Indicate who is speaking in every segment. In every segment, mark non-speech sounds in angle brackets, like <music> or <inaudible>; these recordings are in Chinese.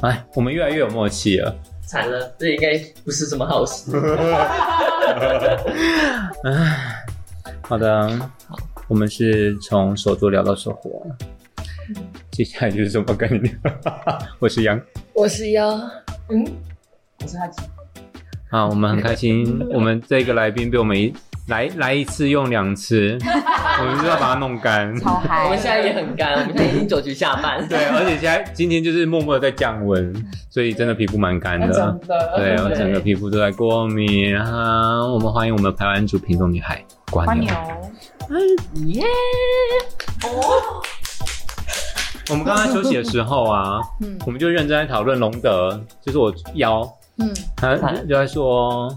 Speaker 1: 哎，我们越来越有默契了。
Speaker 2: 惨了，这应该不是什么好事。
Speaker 1: 好的，我们是从手作聊到手活，接下来就是怎么跟你聊。 <laughs> 我是杨，
Speaker 3: 我是幺，
Speaker 2: 嗯，我是他姐。
Speaker 1: 好，我们很开心，我们这个来宾被我们一来来一次用两 <laughs> 次，我们就要把它弄干。
Speaker 4: 超嗨！
Speaker 2: 我
Speaker 1: 哎
Speaker 2: 们现在也很干，我们现在已经九局下半。
Speaker 1: 对，而且现在今天就是默默的在降温，所 <laughs> 以真的皮肤蛮干的。
Speaker 4: 的
Speaker 1: 对，我
Speaker 2: 对
Speaker 1: 整个皮肤都在过敏啊！我们欢迎我们排湾族屏东女孩瓜
Speaker 4: 瓜
Speaker 1: 牛
Speaker 4: 牛。，
Speaker 2: 耶！
Speaker 1: 我们刚刚休息的时候啊，
Speaker 4: 嗯
Speaker 1: 我们就认真在讨论隆德，就是我腰
Speaker 4: 嗯，
Speaker 1: 他
Speaker 2: 啊
Speaker 1: 就在说，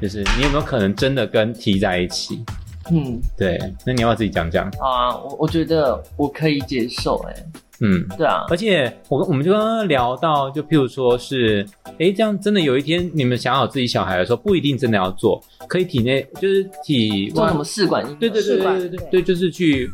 Speaker 1: 就是你有没有可能真的跟 T 在一起？
Speaker 2: 嗯，
Speaker 1: 对，那你要不要自己讲讲？
Speaker 2: 好啊，我我觉得我可以接受、欸，哎，
Speaker 1: 嗯，
Speaker 2: 对啊，
Speaker 1: 而且我跟我们就刚刚聊到，就譬如说是，诶，这样真的有一天你们想好自己小孩的时候，不一定真的要做，可以体内就是体
Speaker 2: 做
Speaker 1: 外
Speaker 2: 什么，试管婴儿？
Speaker 1: 对对对
Speaker 4: 试管
Speaker 1: 对对对，对就是去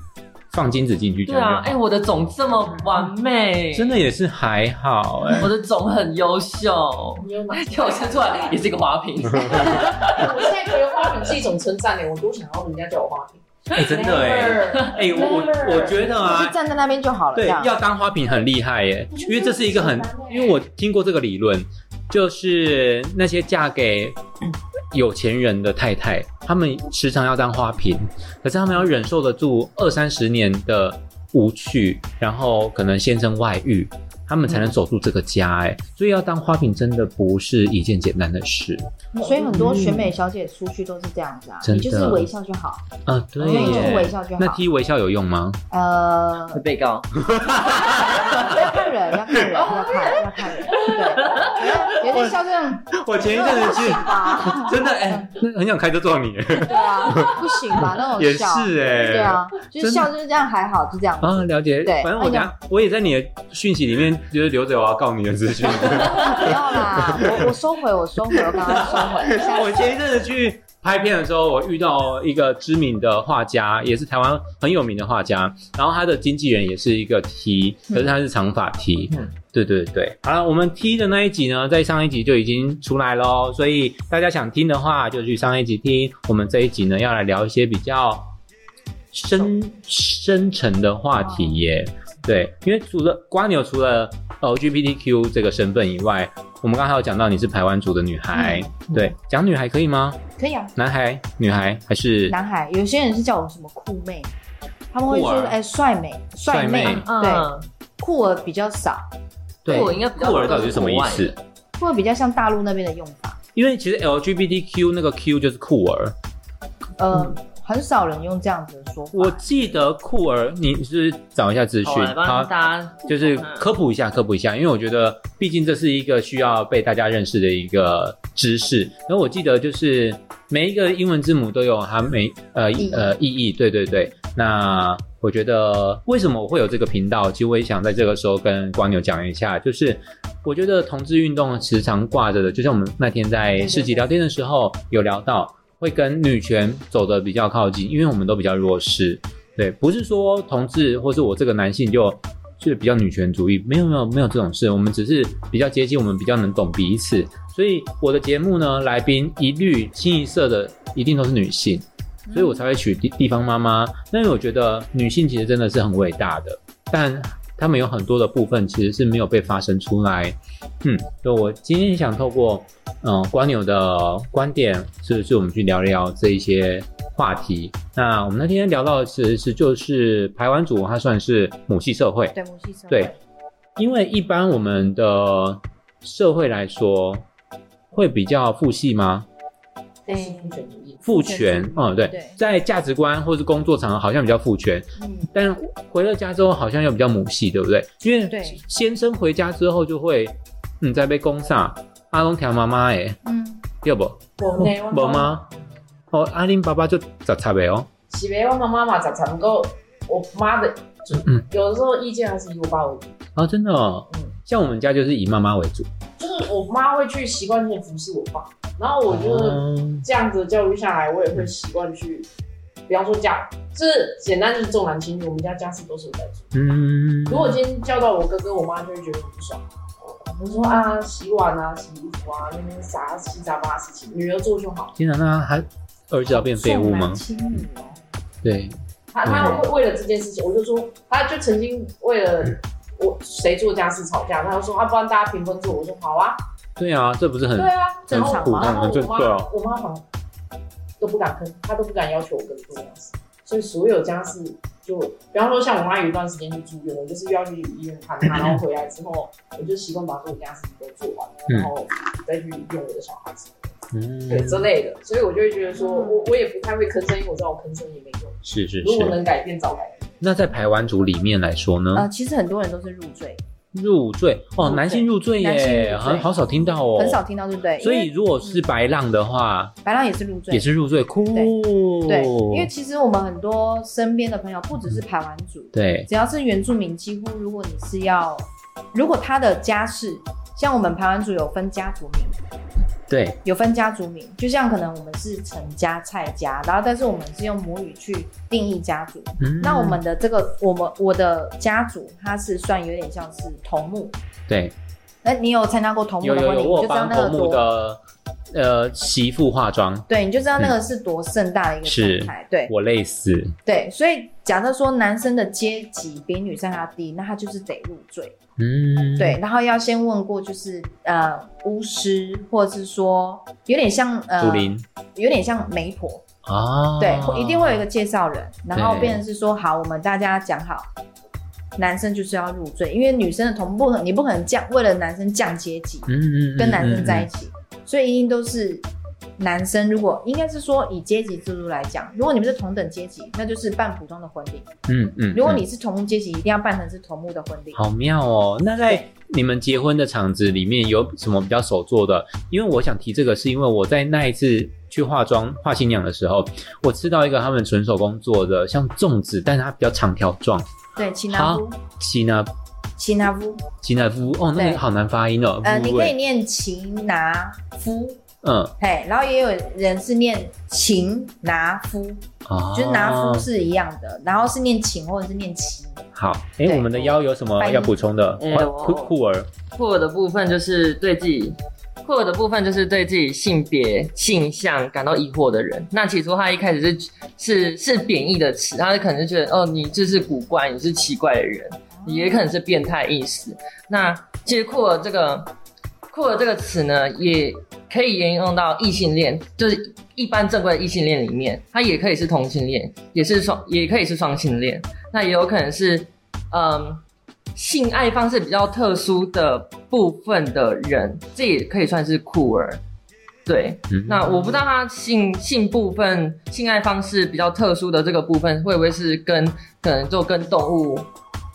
Speaker 1: 放精子进去这
Speaker 2: 对啊
Speaker 1: 样，
Speaker 2: 哎、
Speaker 1: 就好，
Speaker 2: 我的种这么完美，
Speaker 1: 真的也是还好 <laughs> 哎、
Speaker 2: 我的种很优秀。哎
Speaker 3: 你有买？
Speaker 2: 跳生出来也是一个花
Speaker 1: <laughs>
Speaker 2: 瓶，
Speaker 3: 我现在觉得花瓶是一种称赞欸呢，我多想要人家叫我花瓶。
Speaker 1: 哎真的哎、
Speaker 3: Never
Speaker 1: 哎、我我我觉得啊
Speaker 4: 就，站在那边就好了。
Speaker 1: 对，
Speaker 4: 这样
Speaker 1: 要当花瓶很厉害耶，因为这是一个很
Speaker 3: 很简单，耶
Speaker 1: 因为我听过这个理论，就是那些嫁给有钱人的太太，他们时常要当花瓶，可是他们要忍受得住二三十年的无趣，然后可能先生外遇。他们才能守住这个家、哎，所以要当花瓶真的不是一件简单的事
Speaker 4: 所以很多选美小姐出去都是这样子啊，
Speaker 1: 嗯真的
Speaker 4: 你就是微笑就好，
Speaker 1: 啊！对
Speaker 4: 所以你就是
Speaker 1: 耶
Speaker 4: 微笑就
Speaker 1: 那
Speaker 4: 好。
Speaker 1: 踢微笑有用吗？
Speaker 4: 呃，
Speaker 2: 被告。
Speaker 4: 要看人，要
Speaker 1: <laughs>
Speaker 4: 看人，要看，要看人。对，有些笑这样
Speaker 1: <laughs> 我前一阵子去，
Speaker 4: 吧，
Speaker 1: 真的哎、 <laughs> 那很想开车撞你、哎
Speaker 4: 对啊，不行吧？那种
Speaker 1: 也
Speaker 4: 笑，
Speaker 1: 是哎、
Speaker 4: 对啊，就是笑就是这样还好，就这样
Speaker 1: 啊，
Speaker 4: 子。
Speaker 1: 了解。
Speaker 4: 对
Speaker 1: 反正我
Speaker 4: 哎
Speaker 1: 等
Speaker 4: 呀
Speaker 1: 下我也在你的讯息里面，就是留着我要告你的资讯。
Speaker 4: 不要啦，我我收回，我收回，我刚刚收
Speaker 1: <laughs>
Speaker 4: 回。下
Speaker 1: 我前一阵子去拍片的时候，我遇到一个知名的画家，也是台湾很有名的画家，然后他的经纪人也是一个 T，可是他是长发 T、
Speaker 2: 嗯
Speaker 1: 对对对，好了，我们 T 的那一集呢，在上一集就已经出来喽，所以大家想听的话，就去上一集听。我们这一集呢，要来聊一些比较深深沉的话题耶。对，因为除了瓜牛除了呃 LGBTQ 这个身份以外，我们刚才有讲到你是台湾族的女孩，对，讲女孩可以吗？
Speaker 4: 可以啊，
Speaker 1: 男孩、女孩还是
Speaker 4: 男孩，有些人是叫我什么酷妹，他们会
Speaker 1: 酷
Speaker 4: 说
Speaker 1: 儿
Speaker 4: 哎帅妹，帅
Speaker 1: 帅
Speaker 4: 妹
Speaker 1: 妹，
Speaker 4: 对，
Speaker 2: 嗯，
Speaker 4: 酷儿比较少，
Speaker 1: 对？
Speaker 2: 哎我应该比较
Speaker 1: 酷儿到底是什么意思？
Speaker 4: 酷儿比较像大陆那边的用法，
Speaker 1: 因为其实 LGBTQ 那个 Q 就是酷儿，
Speaker 4: 呃，很少人用这样子的说法。
Speaker 1: 嗯我记得酷儿，你是找一下资讯
Speaker 2: 好，
Speaker 1: 好
Speaker 2: 来帮大家
Speaker 1: 就是科普一下，科普一下，因为我觉得毕竟这是一个需要被大家认识的一个知识。然后我记得就是每一个英文字母都有它每呃
Speaker 4: 意义
Speaker 1: 呃意义，对对对。那我觉得为什么我会有这个频道，其实我也想在这个时候跟瓜牛讲一下，就是我觉得同志运动时常挂着的，就像我们那天在市集聊天的时候有聊到，会跟女权走的比较靠近，因为我们都比较弱势。对，不是说同志或是我这个男性就就是比较女权主义，没有没有没有这种事，我们只是比较接近，我们比较能懂彼此。所以我的节目呢，来宾一律清一色的一定都是女性，所以我才会取地地方妈妈。那因为我觉得女性其实真的是很伟大的，但她们有很多的部分其实是没有被发声出来。嗯，所以我今天想透过嗯、呃、瓜牛的观点，是是我们去聊聊这一些话题。那我们那天聊到的其实是就是排湾族，它算是母系社会，
Speaker 4: 对母系社会，
Speaker 1: 对，因为一般我们的社会来说，会比较父系吗？
Speaker 3: 这是父权主义，
Speaker 1: 父权，嗯，对，
Speaker 4: 对
Speaker 1: 在价值观或是工作场合好像比较父权，
Speaker 4: 嗯，
Speaker 1: 但回了家之后好像又比较母系，对不对？因为
Speaker 4: 对
Speaker 1: 先生回家之后就会，嗯，在被攻上，阿龙条妈妈哎，
Speaker 4: 嗯，
Speaker 1: 要不，
Speaker 3: 我呢，我
Speaker 1: 无吗？哦，阿玲爸爸就杂差的哦，
Speaker 3: 是呗，我妈妈嘛常常够，我妈的
Speaker 1: 嗯，
Speaker 3: 有的时候意见还是以我爸为主，
Speaker 1: 啊，真的、哦
Speaker 3: 嗯，
Speaker 1: 像我们家就是以妈妈为主，
Speaker 3: 就是我妈会去习惯性服侍我爸，然后我就是。
Speaker 4: 哦
Speaker 1: 嗯
Speaker 3: 这样子的教育下来，我也会习惯去，比方说家，就是简单就是重男轻女，我们家家事都是我在做。
Speaker 1: 嗯，
Speaker 3: 如果今天教到我哥哥我妈，就会觉得很不爽。我说啊，洗碗啊，洗衣服啊，那边啥七杂八的事情，女儿做就好。
Speaker 1: 天哪，那他儿子要变废物吗？嗯
Speaker 4: 重男轻女哦
Speaker 1: 对，
Speaker 3: 她她
Speaker 1: 嗯
Speaker 3: 为为了这件事情，我就说，她就曾经为了我谁做家事吵架，她就说啊，不然大家平分做。我说好啊，
Speaker 1: 对啊，这不是很
Speaker 3: 对啊，
Speaker 1: 很
Speaker 3: 然后
Speaker 1: 苦
Speaker 3: 然
Speaker 1: 但
Speaker 3: 后
Speaker 1: 很
Speaker 3: 我
Speaker 1: 正对
Speaker 3: 妈
Speaker 1: 啊，
Speaker 3: 我妈好像都不敢跟，她都不敢要求我跟做家事，所以所有家事就，比方说像我妈有一段时间去住院，我就是又要去医院看她，然后回来之后，我就习惯把所有家事都做完，然后再去用我的小孩子，对
Speaker 1: 嗯，
Speaker 3: 之类的，所以我就会觉得说我我也不太会吭声，因为我知道我吭声也没用，
Speaker 1: 是是
Speaker 3: 如果
Speaker 1: 是。
Speaker 3: 能改变早改变，
Speaker 1: 那在排湾族里面来说呢，
Speaker 4: 呃，其实很多人都是入赘，
Speaker 1: 入赘哦，
Speaker 4: 入赘
Speaker 1: 男性入赘
Speaker 4: 男性入
Speaker 1: 耶，
Speaker 4: 赘
Speaker 1: 好好少听到哦，
Speaker 4: 很少。听到，对不对？
Speaker 1: 所以
Speaker 4: 因为嗯
Speaker 1: 如果是白浪的话，
Speaker 4: 白浪也是入赘，
Speaker 1: 也是哦入赘，哭。
Speaker 4: 对，因为其实我们很多身边的朋友，不只是排湾族，
Speaker 1: 对
Speaker 4: 只要是原住民，几乎如果你是要，如果他的家世，像我们排湾族有分家族名，
Speaker 1: 对
Speaker 4: 有分家族名，就像可能我们是陈家、蔡家，然后但是我们是用母语去定义家族。
Speaker 1: 嗯
Speaker 4: 那我们的这个，我们我的家族，它是算有点像是同母。
Speaker 1: 嗯对
Speaker 4: 那你有参加过同母
Speaker 1: 有
Speaker 4: 的
Speaker 1: 有
Speaker 4: 婚礼，
Speaker 1: 有，我有
Speaker 4: 你就知道
Speaker 1: 帮
Speaker 4: 那个
Speaker 1: 公墓
Speaker 4: 多，
Speaker 1: 的呃媳妇化妆，
Speaker 4: 对，你就知道那个是多盛大的一个
Speaker 1: 是
Speaker 4: 状态。对
Speaker 1: 我累死。
Speaker 4: 对，所以假设说男生的阶级比女生还要低，那他就是得入赘。
Speaker 1: 嗯，
Speaker 4: 对，然后要先问过，就是呃巫师，或者是说有点像呃
Speaker 1: 竹林
Speaker 4: 有点像媒婆，
Speaker 1: 啊，
Speaker 4: 对，会一定会有一个介绍人，然后
Speaker 1: 对
Speaker 4: 变成是说好，我们大家讲好，男生就是要入赘，因为女生的同步，你不可能降为了男生降阶级，
Speaker 1: 嗯嗯嗯
Speaker 4: 跟男生在一
Speaker 1: 起，
Speaker 4: 起，所以一定都是男生。如果应该是说以阶级制度来讲，如果你们是同等阶级，那就是办普通的婚礼；
Speaker 1: 嗯嗯嗯，
Speaker 4: 如果你是同阶级，一定要办成是同母的婚礼。
Speaker 1: 好妙哦！那在
Speaker 4: 对
Speaker 1: 你们结婚的场子里面有什么比较手做的？因为我想提这个，是因为我在那一次去化妆化新娘的时候，我吃到一个他们纯手工做的，像粽子，但是它比较长条状，
Speaker 4: 对，齐纳夫，
Speaker 1: 吉拿
Speaker 4: 齐纳夫，
Speaker 1: 吉拿夫哦，那
Speaker 4: 对
Speaker 1: 个好难发音哦。
Speaker 4: 呃，你可以
Speaker 1: 喂
Speaker 4: 念齐拿夫，
Speaker 1: 嗯
Speaker 4: 嘿，然后也有人是念秦拿夫，
Speaker 1: 啊，
Speaker 4: 就是拿夫是一样的，然后是念秦或者是念齐。
Speaker 1: 好。哎，
Speaker 4: 对
Speaker 1: 我们的腰有什么
Speaker 4: 翻译
Speaker 1: 要补充的？
Speaker 2: 哎
Speaker 1: 哇
Speaker 2: 我
Speaker 1: 酷酷儿
Speaker 2: 酷儿的部分就是对自己，酷儿的部分就是对自己性别性向感到疑惑的人。那起初他一开始是是是贬义的词，他可能就觉得哦，你就是古怪，你是奇怪的人，
Speaker 4: 哦
Speaker 2: 你也可能是变态意思。那其实酷儿这个酷儿这个词呢，也可以沿用到异性恋，就是一般正规的异性恋里面，它也可以是同性恋，也是双，也可以是双性恋。那也有可能是，嗯，性爱方式比较特殊的部分的人，这也可以算是酷儿。对，
Speaker 1: 嗯
Speaker 2: 那我不知道他性性部分性爱方式比较特殊的这个部分，会不会是跟可能就跟动物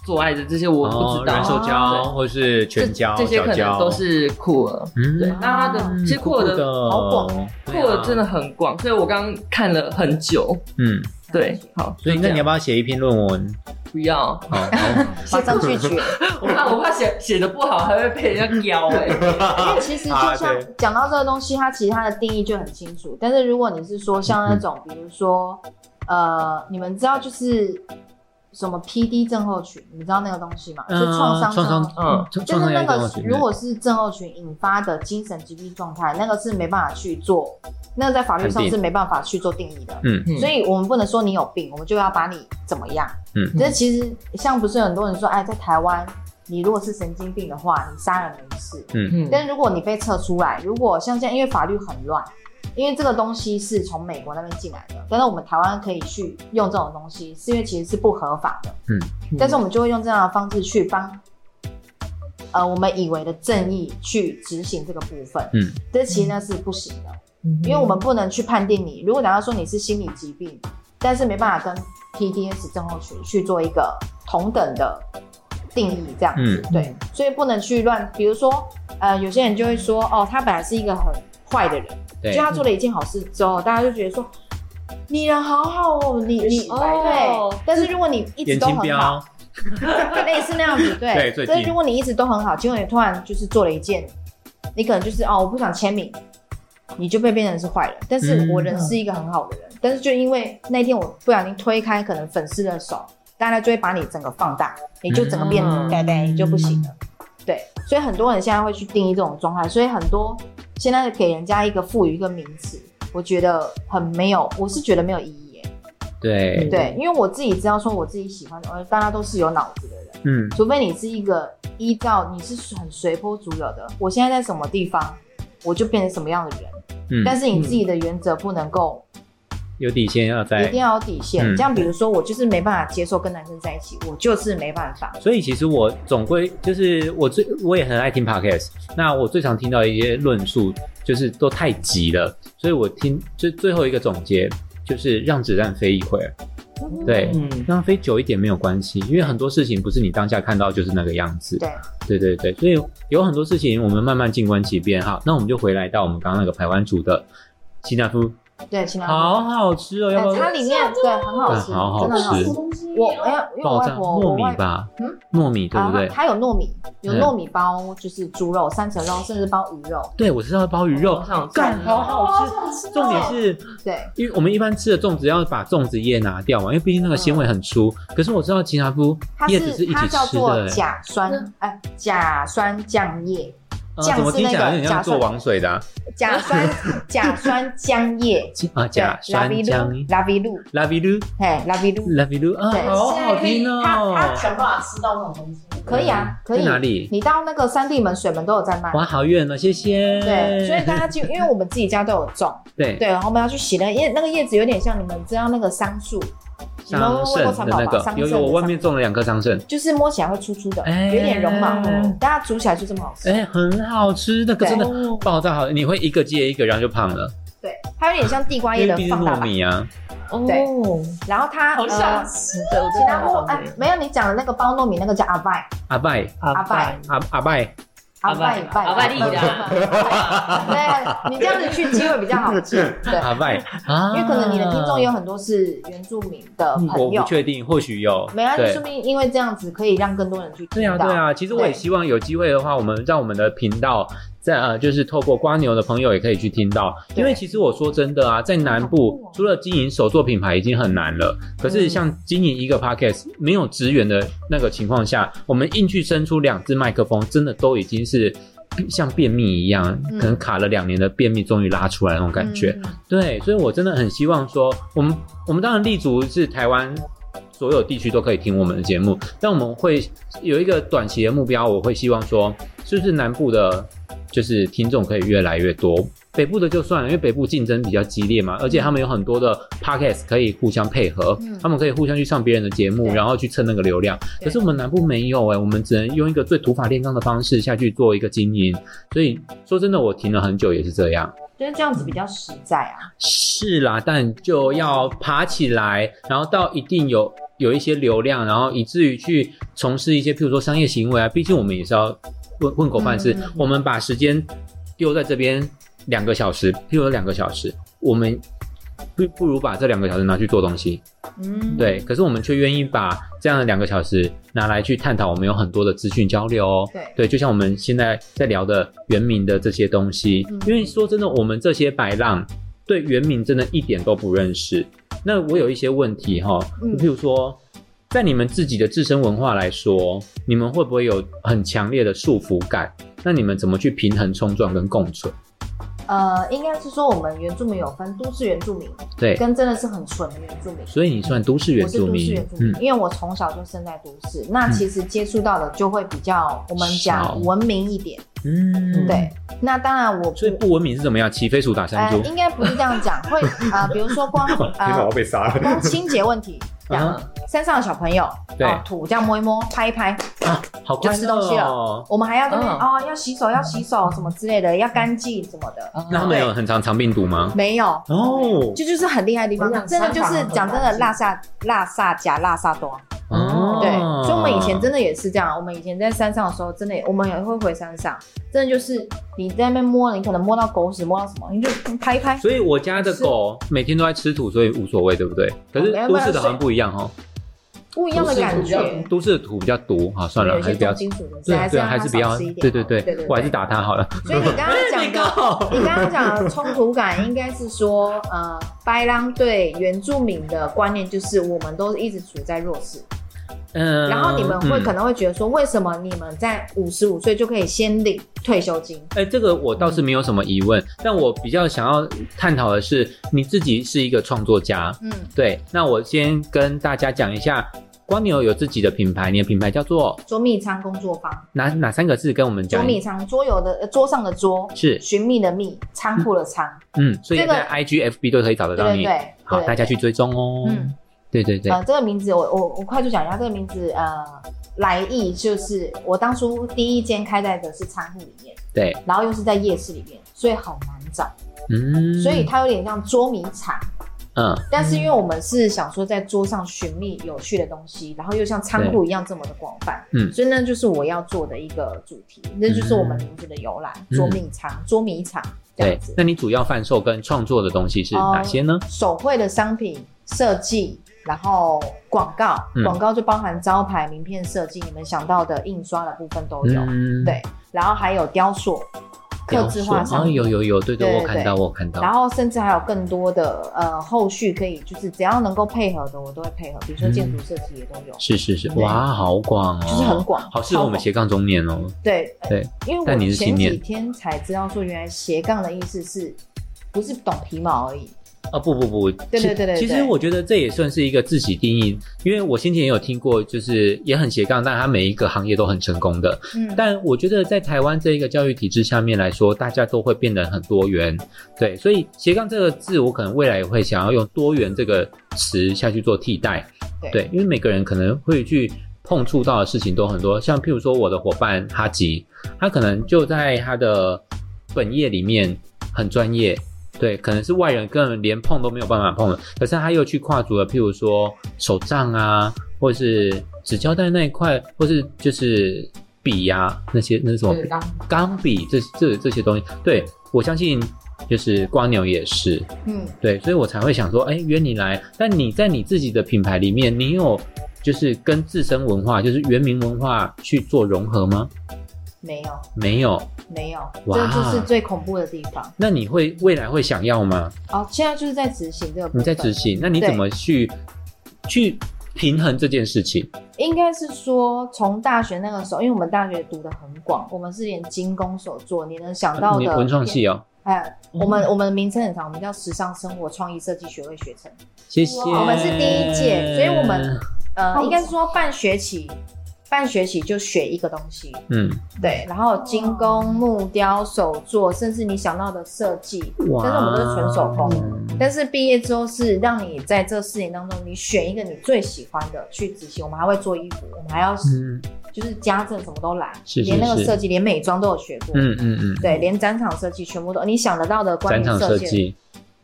Speaker 2: 做爱的这些，我不
Speaker 1: 哦
Speaker 2: 知道。
Speaker 1: 软手胶
Speaker 2: 对
Speaker 1: 或是
Speaker 2: 这
Speaker 1: 全胶、
Speaker 2: 这些
Speaker 1: 角
Speaker 2: 可能
Speaker 1: 胶
Speaker 2: 都是酷儿。
Speaker 1: 嗯
Speaker 2: 对，那他的
Speaker 1: 嗯
Speaker 2: 其实酷儿
Speaker 1: 酷酷
Speaker 2: 的
Speaker 1: 的
Speaker 4: 好广哦
Speaker 1: 对
Speaker 2: 酷
Speaker 1: 啊
Speaker 2: 儿真的很广，所以我刚刚看了很久。
Speaker 1: 嗯，
Speaker 2: 对，好，
Speaker 1: 所以那你要
Speaker 2: 不
Speaker 1: 不要写一篇论文？
Speaker 2: 不要？
Speaker 1: 好，好
Speaker 4: 马上拒绝。
Speaker 2: 我怕我怕写写的不好，还会被人家咬
Speaker 1: <laughs>
Speaker 2: 哎、
Speaker 4: 因为其
Speaker 1: <laughs>
Speaker 4: 实
Speaker 1: 啊
Speaker 4: 就像
Speaker 1: 对
Speaker 4: 讲到这个东西，它其实它的定义就很清楚。但是如果你是说像那种，比如说，呃，你们知道就是什么 PD 症候群，你们知道那个东西吗？就
Speaker 1: 嗯
Speaker 4: <laughs> 是创伤症
Speaker 1: 创伤
Speaker 4: 候群。
Speaker 2: 嗯
Speaker 1: 创
Speaker 4: 就是那
Speaker 1: 创伤压力症候
Speaker 4: 个
Speaker 1: 群，
Speaker 4: 如果是症候群引发的精神疾病状态，那个是没办法去做，那个在法律
Speaker 1: 判
Speaker 4: 上
Speaker 1: 定
Speaker 4: 是没办法去做定义的。
Speaker 1: 嗯
Speaker 2: 嗯
Speaker 4: 所以我们不能说你有病，我们就要把你怎么样。
Speaker 1: 嗯
Speaker 4: 这其实像不是很多人说，哎，在台湾，你如果是神经病的话，你杀人没事，
Speaker 2: 嗯
Speaker 4: 但如果你被测出来，如果像现在，因为法律很乱，因为这个东西是从美国那边进来的，但是我们台湾可以去用这种东西，是因为其实是不合法的，
Speaker 1: 嗯
Speaker 4: 但是我们就会用这样的方式去帮，呃，我们以为的正义去执行这个部分，
Speaker 1: 嗯，
Speaker 4: 但其实那是不行的，
Speaker 2: 因
Speaker 4: 因为我们不能去判定你，如果假如说你是心理疾病，但是没办法跟 PDS 症候群去做一个同等的定义，这样子，
Speaker 1: 嗯
Speaker 4: 对，所以不能去乱，比如说，呃，有些人就会说，哦，他本来是一个很坏的人，
Speaker 1: 对
Speaker 4: 就他做了一件好事之后，大家就觉得说，你人好好哦，你你
Speaker 2: 哦
Speaker 4: 对，但是如果你一直
Speaker 1: 严
Speaker 4: 都
Speaker 1: 金
Speaker 4: 很好，
Speaker 1: 标，
Speaker 4: 类似那样子，
Speaker 1: 对
Speaker 4: 对
Speaker 1: 最，
Speaker 4: 但是
Speaker 1: 近
Speaker 4: 如果你一直都很好，结果你突然就是做了一件，你可能就是哦，我不想签名。你就被变成是坏人，但是
Speaker 1: 嗯
Speaker 4: 我人是一个很好的人，但是就因为那天我不小心推开可能粉丝的手，大家就会把你整个放大，你就整个变
Speaker 2: 嗯
Speaker 4: 呆呆，你就不行了。对，所以很多人现在会去定义这种状态，所以很多现在给人家一个赋予一个名词，我觉得很没有，我是觉得没有意义耶。
Speaker 1: 对，
Speaker 4: 对，因为我自己知道说我自己喜欢的，呃，大家都是有脑子的人，
Speaker 1: 嗯，
Speaker 4: 除非你是一个依照你是很随波逐流的，我现在在什么地方，我就变成什么样的人。
Speaker 1: 嗯
Speaker 4: 但是你自己的原则不能够，
Speaker 1: 有底线要
Speaker 4: 一
Speaker 1: 在
Speaker 4: 定。要有底线。
Speaker 1: 嗯
Speaker 4: 这样，比如说我就是没办法接受跟男生在一起，我就是没办法。
Speaker 1: 所以其实我总归就是我最我也很爱听 podcast，那我最常听到一些论述就是都太急了，所以我听就最后一个总结就是让子弹飞一会儿，对，
Speaker 2: 嗯，
Speaker 1: 让它飞久一点没有关系，因为很多事情不是你当下看到就是那个样子。
Speaker 4: 对，
Speaker 1: 对对对，所以有很多事情我们慢慢静观其变哈。那我们就回来到我们刚刚那个排湾族的西纳夫，
Speaker 4: 对，请他。
Speaker 1: 好好吃哦，要不
Speaker 4: 呃它
Speaker 1: 要？
Speaker 4: 里面对很好吃，
Speaker 1: 嗯好好
Speaker 4: 真的很好
Speaker 1: 吃
Speaker 4: 吃
Speaker 3: 什么。东西？
Speaker 4: 我哎呀，因为我
Speaker 1: 爆
Speaker 4: 外
Speaker 1: 炸
Speaker 4: 婆，我
Speaker 1: 糯
Speaker 4: 外
Speaker 1: 米吧，
Speaker 4: 嗯
Speaker 1: 糯米对不对
Speaker 4: 啊？它有糯米，有
Speaker 1: 嗯
Speaker 4: 糯米包，就是猪肉、三层肉，甚至包鱼肉。
Speaker 1: 对，我知道鲍鱼肉
Speaker 2: 嗯
Speaker 4: 哦
Speaker 2: 我，想吃
Speaker 1: 干好好吃。
Speaker 3: 好吃
Speaker 1: 重点是
Speaker 4: 对，
Speaker 1: 因为我们一般吃的粽子要把粽子叶拿掉嘛，因为毕竟那个纤维很粗。可是我知道吉拿夫
Speaker 4: 它
Speaker 1: 叶子是
Speaker 4: 嗯是
Speaker 1: 一起
Speaker 4: 它叫
Speaker 1: 吃的
Speaker 4: 做
Speaker 1: 欸，
Speaker 4: 甲酸，哎，甲酸酱叶，
Speaker 1: 呃
Speaker 4: 酱
Speaker 1: 怎么
Speaker 4: 是
Speaker 1: 听起
Speaker 4: 那
Speaker 1: 来
Speaker 4: 个
Speaker 1: 有点像
Speaker 4: 甲
Speaker 1: 做
Speaker 4: 酸
Speaker 1: 王水的啊 <laughs>
Speaker 4: 甲酸甲酸浆叶，
Speaker 1: 啊？甲酸姜
Speaker 4: 拉比露，
Speaker 1: 拉比鲁
Speaker 4: 嘿，拉比露，
Speaker 1: 拉比鲁啊，
Speaker 4: 对
Speaker 1: 好好听
Speaker 3: 他他
Speaker 1: 哦！
Speaker 3: 想办法吃到那种东西，
Speaker 4: 可以啊，可
Speaker 1: 嗯
Speaker 4: 以。
Speaker 1: 在哪里？
Speaker 4: 你到那个三地门、水门都有在卖。
Speaker 1: 哇，好远哦，谢谢。
Speaker 4: 对，所以大家就因为我们自己家都有
Speaker 1: <laughs>
Speaker 4: 种，
Speaker 1: 对
Speaker 4: 对，然后我们要去洗那个叶，那个叶子有点像你们知道那个桑树，你们
Speaker 1: 桑
Speaker 4: 有喂过
Speaker 1: 葚
Speaker 4: 蚕
Speaker 1: 的
Speaker 4: 宝
Speaker 1: 那
Speaker 4: 宝桑
Speaker 1: 个，
Speaker 4: 葚
Speaker 1: 有有，我
Speaker 4: 的
Speaker 1: 外
Speaker 4: 桑
Speaker 1: 面种了两颗桑葚，
Speaker 4: 就是摸起来会粗粗的，
Speaker 1: 哎
Speaker 4: 有点绒毛，大家煮起来就这么好吃。
Speaker 1: 哎，很好吃，那个
Speaker 4: 对
Speaker 1: 真的爆炸好，你会一个接一个，然后就胖了，
Speaker 4: 对，它有点像地瓜叶
Speaker 1: 因为
Speaker 4: 的
Speaker 1: 毕竟是
Speaker 4: 放大
Speaker 1: 糯
Speaker 4: 版。
Speaker 1: 米啊。
Speaker 2: 哦，
Speaker 4: 对
Speaker 2: 对，
Speaker 4: 然后它
Speaker 3: 好想
Speaker 4: 呃，
Speaker 3: 吃。
Speaker 2: 我
Speaker 4: 其
Speaker 2: 知
Speaker 4: 他
Speaker 2: 道
Speaker 4: 糯哎，没有你讲的那个包糯米那个叫阿拜，
Speaker 1: 阿拜
Speaker 4: 阿拜，
Speaker 1: 阿阿拜，
Speaker 4: 阿
Speaker 2: 拜
Speaker 4: 拜拜
Speaker 2: 阿拜利
Speaker 1: 啊
Speaker 2: 的
Speaker 4: 对，你这样子去机会比较好记，对，
Speaker 1: <laughs> 阿拜啊，
Speaker 4: 因为可能你的听众有很多是原住民的
Speaker 1: 嗯我
Speaker 4: 朋
Speaker 1: 不
Speaker 4: 友，
Speaker 1: 确定，或许有。
Speaker 4: 没关系，
Speaker 1: 对
Speaker 4: 说不定因为这样子可以让更多人去嗯
Speaker 1: 对啊，
Speaker 4: 听到。
Speaker 1: 对啊，其实我也
Speaker 4: 对
Speaker 1: 希望有机会的话，我们让我们的频道在呃，就是透过瓜牛的朋友也可以去听到，
Speaker 4: 对
Speaker 1: 因为其实我说真的啊，在南
Speaker 4: 好
Speaker 1: 部
Speaker 4: 酷哦
Speaker 1: 除了经营手作品牌已经很难了，可
Speaker 4: 嗯
Speaker 1: 是像经营一个 podcast 没有职员的那个情况下，我们硬去伸出两只麦克风，真的都已经是。像便秘一样，
Speaker 4: 嗯
Speaker 1: 可能卡了两年的便秘终于拉出来那种感觉。对，所以我真的很希望说，我们我们当然立足是台湾所有地区都可以听我们的节目，但我们会有一个短期的目标，我会希望说，是不是南部的，就是听众可以越来越多。北部的就算了，因为北部竞争比较激烈嘛，而且他们有很多的 podcast 可以互相配合，
Speaker 4: 嗯
Speaker 1: 他们可以互相去上别人的节目，
Speaker 4: 对
Speaker 1: 然后去蹭那个流量。
Speaker 4: 对
Speaker 1: 可是我们南部没有哎、我们只能用一个最土法炼钢的方式下去做一个经营。所以说真的，我停了很久也是这样。
Speaker 4: 就是这样子比较实在啊。
Speaker 1: 是啦，但就要爬起来，然后到一定有有一些流量，然后以至于去从事一些，譬如说商业行为啊。毕竟我们也是要问问口饭吃，
Speaker 4: 嗯嗯嗯
Speaker 1: 我们把时间丢在这边两个小时，譬如说两个小时，我们不不如把这两个小时拿去做东西。
Speaker 4: 嗯，
Speaker 1: 对，可是我们却愿意把这样的两个小时拿来去探讨，我们有很多的资讯交流哦。
Speaker 4: 对
Speaker 1: 就像我们现在在聊的原名的这些东西，
Speaker 4: 嗯
Speaker 1: 因为说真的，我们这些白浪对原名真的一点都不认识。那我有一些问题哈、
Speaker 4: 嗯
Speaker 1: 譬如说，在你们自己的自身文化来说，你们会不会有很强烈的束缚感？那你们怎么去平衡冲撞跟共存？
Speaker 4: 呃，应该是说我们原住民有分都市原住民
Speaker 1: 对，
Speaker 4: 跟真的是很纯的原住民。
Speaker 1: 所以你算都市原
Speaker 4: 我是
Speaker 1: 住
Speaker 4: 都
Speaker 1: 民，嗯
Speaker 4: 市原住民，因为我从小就生在都市，那其实接触到的就会比较我们
Speaker 1: 少
Speaker 4: 讲文明一点。
Speaker 1: 嗯嗯，
Speaker 4: 对，那当然我
Speaker 1: 所以不文明是怎么样？骑飞鼠打山
Speaker 4: 呃
Speaker 1: 猪，
Speaker 4: 应该不是这样讲，会啊、呃比如
Speaker 1: <laughs>
Speaker 4: 说光呃
Speaker 1: 被杀了。
Speaker 4: 光清洁问
Speaker 1: <laughs>
Speaker 4: 题，这样
Speaker 1: 啊
Speaker 4: 山上的小朋友
Speaker 1: 对
Speaker 4: 啊土这样摸一摸拍一拍，
Speaker 1: 啊好快乐
Speaker 4: 就吃东西啊
Speaker 1: 哦！
Speaker 4: 我们还要在那边
Speaker 2: 嗯
Speaker 4: 哦要洗手要洗手什么之类的，要干净什么的，
Speaker 1: 那他们
Speaker 4: 对
Speaker 1: 有很常藏病毒吗？
Speaker 4: 没有，
Speaker 1: 哦
Speaker 4: 这就是很厉害的地方
Speaker 3: 我，想
Speaker 4: 真的就是
Speaker 3: 三房很
Speaker 4: 讲真的，
Speaker 3: 干净
Speaker 4: 拉萨拉萨加拉萨多，
Speaker 1: 哦，
Speaker 4: 对，所以我们以前真的也是这样，我们以前在山上的时候，真的也我们也会回山上，真的就是你在那边摸，你可能摸到狗屎，摸到什么，你就嗯拍一拍，
Speaker 1: 所以我家的狗每天都在吃土，所以无所谓，对不对？可
Speaker 4: 哦
Speaker 1: 是都市的好像不一样哦，
Speaker 4: 不一样的感觉。
Speaker 1: 都市的土比较毒啊，算了，
Speaker 4: 有一
Speaker 1: 还
Speaker 4: 些
Speaker 1: 是不要
Speaker 4: 重
Speaker 1: 吃。
Speaker 4: 金属的东西，
Speaker 1: 对对，啊
Speaker 4: 让
Speaker 1: 还
Speaker 4: 它
Speaker 1: 是不要
Speaker 4: 少吃一。点
Speaker 1: 对对
Speaker 4: 对
Speaker 1: 对，我还是打它好了。
Speaker 4: 所以你刚刚
Speaker 1: 哎
Speaker 4: 讲的，
Speaker 1: 狗，
Speaker 4: 你刚刚讲的冲突感，应该是说，呃，白狼对原住民的观念就是我们都一直处在弱势，
Speaker 1: <laughs> 嗯
Speaker 4: 然后你们会
Speaker 1: 嗯
Speaker 4: 可能会觉得说，为什么你们在五十五岁就可以先领退休金？
Speaker 1: 哎，这个我倒是没有什么疑问，但我比较想要探讨的是，你自己是一个创作家，
Speaker 4: 嗯，
Speaker 1: 对，那我先跟大家讲一下，光牛有自己的品牌，你的品牌叫做
Speaker 4: 捉迷藏工作坊，
Speaker 1: 哪哪三个字？跟我们
Speaker 4: 捉
Speaker 1: 讲
Speaker 4: 迷藏桌游的、呃桌上的桌，
Speaker 1: 是，
Speaker 4: 寻觅的觅，仓库的仓，
Speaker 1: 嗯，所以
Speaker 4: 这个
Speaker 1: 在 IG、FB 都可以找得
Speaker 4: 对
Speaker 1: 到
Speaker 4: 对
Speaker 1: 你，
Speaker 4: 对，
Speaker 1: 好，
Speaker 4: 对
Speaker 1: 大家去追踪哦。
Speaker 4: 嗯，
Speaker 1: 对对对，
Speaker 4: 呃，这个名字我我我快速讲一下，这个名字呃来意就是我当初第一间开在的是仓库里面，
Speaker 1: 对，
Speaker 4: 然后又是在夜市里面，所以好难找，
Speaker 1: 嗯，
Speaker 4: 所以它有点像捉迷藏。
Speaker 1: 嗯，
Speaker 4: 但是因为我们是想说在桌上寻觅有趣的东西，然后又像仓库一样这么的广泛，
Speaker 1: 嗯
Speaker 4: 所以那就是我要做的一个主题，那就是我们名字的由来，
Speaker 1: 嗯
Speaker 4: 捉迷藏，捉迷藏这
Speaker 1: 对
Speaker 4: 样子，哦
Speaker 1: 那。你主要贩售跟创作的东西是哪些呢？
Speaker 4: 手绘的商品设计，然后广告
Speaker 1: 嗯，
Speaker 4: 广告就包含招牌、名片设计，你们想到的印刷的部分都有，
Speaker 1: 嗯，
Speaker 4: 对，然后还有雕塑、刻字化
Speaker 1: 雕塑哦
Speaker 4: 商品。
Speaker 1: 有有有，对
Speaker 4: 对
Speaker 1: 对，
Speaker 4: 对
Speaker 1: 我看到我看到，
Speaker 4: 然后甚至还有更多的呃后续可以，就是只要能够配合的，我都会配合。比如说建筑设计也都有，
Speaker 1: 是是是，
Speaker 4: 对
Speaker 1: 哇，好广哦，
Speaker 4: 就是很广
Speaker 1: 好适合我们斜杠中年哦。
Speaker 4: 对
Speaker 1: 对
Speaker 4: 呃因为
Speaker 1: 但你
Speaker 4: 我
Speaker 1: 是
Speaker 4: 前
Speaker 1: 青年
Speaker 4: 几天才知道说，原来斜杠的意思是不是懂皮毛而已？
Speaker 1: 啊不不不，
Speaker 4: 对
Speaker 1: 其
Speaker 4: 对对对
Speaker 1: 其实
Speaker 4: 对
Speaker 1: 我觉得这也算是一个自己定义，因为我先前也有听过，就是也很斜杠，但他每一个行业都很成功的。
Speaker 4: 嗯，
Speaker 1: 但我觉得在台湾这一个教育体制下面来说，大家都会变得很多元，对，所以斜杠这个字，我可能未来也会想要用多元这个词下去做替代，
Speaker 4: 对
Speaker 1: 对，因为每个人可能会去。碰触到的事情都很多，像譬如说我的伙伴哈吉，他可能就在他的本业里面很专业，对，可能是外人根本连碰都没有办法碰的，可是他又去跨足了，譬如说手账啊，或是纸胶带那一块，或是就是笔呀、那些那是什么
Speaker 3: 对，刚
Speaker 1: 钢笔这这这些东西，对我相信就是瓜牛也是，
Speaker 4: 嗯，
Speaker 1: 对，所以我才会想说，哎，约你来。但你在你自己的品牌里面，你有就是跟自身文化，就是原民文化去做融合吗？
Speaker 4: 没有
Speaker 1: 没有。
Speaker 4: 没有，
Speaker 1: 哇
Speaker 4: 这就是最恐怖的地方。
Speaker 1: 那你会未来会想要吗？
Speaker 4: 哦，现在就是在执行这个部分，
Speaker 1: 你在执行，那你
Speaker 4: 对
Speaker 1: 怎么去去平衡这件事情？
Speaker 4: 应该是说从大学那个时候，因为我们大学读的很广，我们是连精工手做，你能想到
Speaker 1: 你
Speaker 4: 的
Speaker 1: 文创，系哦，
Speaker 4: 哎，我们我们的名称很长，我们叫时尚生活创意设计学位学程。
Speaker 1: 谢谢。
Speaker 3: 我
Speaker 4: 们是第一届所以我们呃，
Speaker 3: 哦
Speaker 4: 应该是说半学期，半学期就学一个东西，
Speaker 1: 嗯，
Speaker 4: 对，然后精工、木雕、手作，甚至你想到的设计，
Speaker 1: 哇，
Speaker 4: 但是我们都是纯手工。
Speaker 1: 嗯
Speaker 4: 但是毕业之后是让你在这四年当中，你选一个你最喜欢的去执行。我们还会做衣服，我们还要
Speaker 1: 嗯
Speaker 4: 就是家政什么都来，
Speaker 1: 是是
Speaker 4: 连那个
Speaker 1: 是
Speaker 4: 设计，连美妆都有学过。
Speaker 1: 嗯嗯嗯，
Speaker 4: 对，连展场设计全部都，你想得到的关
Speaker 1: 展
Speaker 4: 于
Speaker 1: 场设
Speaker 4: 设计，
Speaker 1: 计，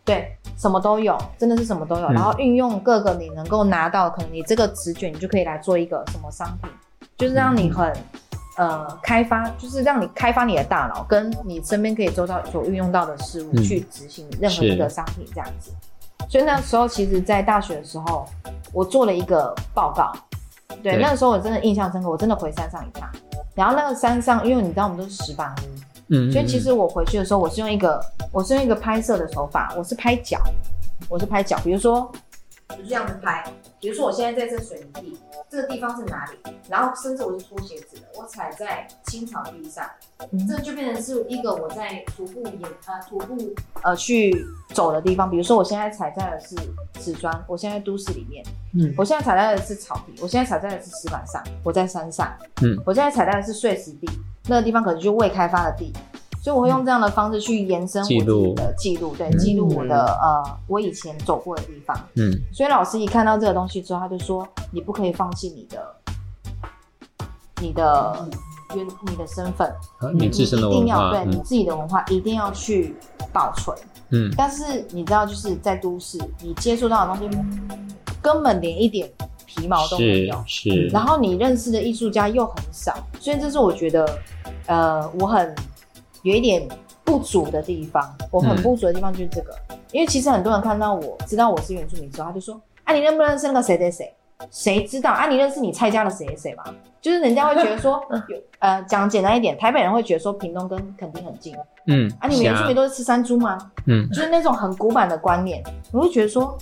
Speaker 4: 对，什么都有，真的是什么都有。
Speaker 1: 嗯
Speaker 4: 然后运用各个你能够拿到，可能你这个直觉，你就可以来做一个什么商品，就是让你很、呃开发，就是让你开发你的大脑，跟你身边可以周到所运用到的事物
Speaker 1: 嗯
Speaker 4: 去执行任何一个
Speaker 1: 是
Speaker 4: 商品这样子。所以那时候，其实，在大学的时候，我做了一个报告。对，
Speaker 1: 对
Speaker 4: 那个时候我真的印象深刻，我真的回山上一趟。然后那个山上，因为你知道我们都是石板屋，
Speaker 1: 嗯，
Speaker 4: 所以其
Speaker 1: 嗯
Speaker 4: 实我回去的时候，我是用一个我是用一个拍摄的手法，我是拍脚，我是拍脚，比如说我就这样子拍，比如说我现在在这水泥地，这个地方是哪里，然后甚至我是脱鞋子的，我踩在青草地上，
Speaker 2: 嗯
Speaker 4: 这就变成是一个我在徒步也呃徒步呃去走的地方，比如说我现在踩在的是瓷砖，我现在在都市里面，
Speaker 2: 嗯
Speaker 4: 我现在踩在的是草地，我现在踩在的是石板上，我在山上，
Speaker 1: 嗯
Speaker 4: 我现在踩在的是碎石地，那个地方可能就未开发的地，所以我会用这样的方式去延伸我自
Speaker 1: 记录
Speaker 4: 己的记录，对，
Speaker 1: 嗯
Speaker 4: 记录我的、呃我以前走过的地方。
Speaker 1: 嗯
Speaker 4: 所以老师一看到这个东西之后，他就说你不可以放弃你的你的原你的身份，
Speaker 1: 好嗯你自身的
Speaker 4: 一定
Speaker 1: 文
Speaker 4: 要
Speaker 1: 化，
Speaker 4: 对、你
Speaker 1: 嗯
Speaker 4: 自己的文化一定要去保存。
Speaker 1: 嗯
Speaker 4: 但是你知道，就是在都市，你接触到的东西根本连一点皮毛都没
Speaker 1: 是
Speaker 4: 有，
Speaker 1: 是，
Speaker 4: 然后你认识的艺术家又很少，所以这是我觉得，呃，我很有一点不足的地方。我很
Speaker 1: 嗯
Speaker 4: 不足的地方就是这个，因为其实很多人看到我知道我是原住民之后，他就说：“啊，你认不认识那个谁谁谁？谁知道啊？你认识你蔡家的谁谁谁吗？”就是人家会觉得
Speaker 1: <laughs>
Speaker 4: 说，有呃，讲简单一点，台北人会觉得说屏东跟垦丁很近，
Speaker 1: 嗯
Speaker 4: 啊，你们原住
Speaker 1: 虾
Speaker 4: 民都是吃山猪吗？
Speaker 1: 嗯
Speaker 4: 就是那种很古板的观念，我会觉得说，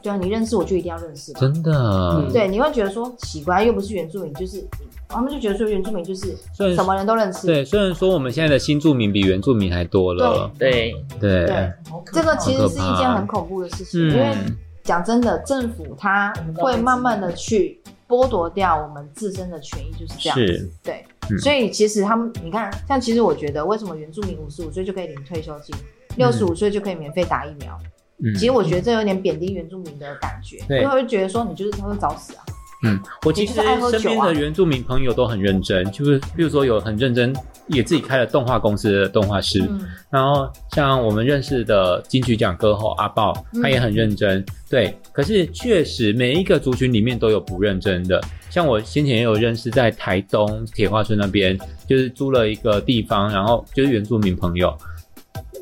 Speaker 4: 对啊，你认识我就一定要认识嘛。
Speaker 1: 真的
Speaker 2: 嗯。
Speaker 4: 对，你会觉得说奇怪，又不是原住民，就是他们就觉得说原住民就是
Speaker 1: 虽然
Speaker 4: 什么人都认识。
Speaker 1: 对，虽然说我们现在的新住民比原住民还多了，
Speaker 2: 对，
Speaker 1: 对，
Speaker 4: 对
Speaker 3: 好可
Speaker 4: 这个
Speaker 3: 怕
Speaker 4: 其实是一件很恐怖的事情，因为
Speaker 1: 嗯，
Speaker 4: 讲真的，政府它会慢慢的去剥夺掉我们自身的权益，就是这样子。
Speaker 1: 是，
Speaker 4: 对，
Speaker 1: 嗯
Speaker 4: 所以其实他们，你看，像其实我觉得，为什么原住民五十五岁就可以领退休金，六十五岁就可以免费打疫苗？
Speaker 1: 嗯
Speaker 4: 其实我觉得这有点贬低原住民的感觉，因
Speaker 1: 对
Speaker 4: 为会觉得说你就是他会早死啊。
Speaker 1: 嗯，我其实
Speaker 4: 你就是爱喝酒
Speaker 1: 身
Speaker 4: 啊
Speaker 1: 边的原住民朋友都很认真，就是比如说有很认真，也自己开了动画公司的动画师，
Speaker 4: 嗯，
Speaker 1: 然后像我们认识的金曲奖歌后阿豹，
Speaker 4: 嗯
Speaker 1: 他也很认真。对，可是确实每一个族群里面都有不认真的。像我先前也有认识在台东铁花村那边，就是租了一个地方，然后就是原住民朋友，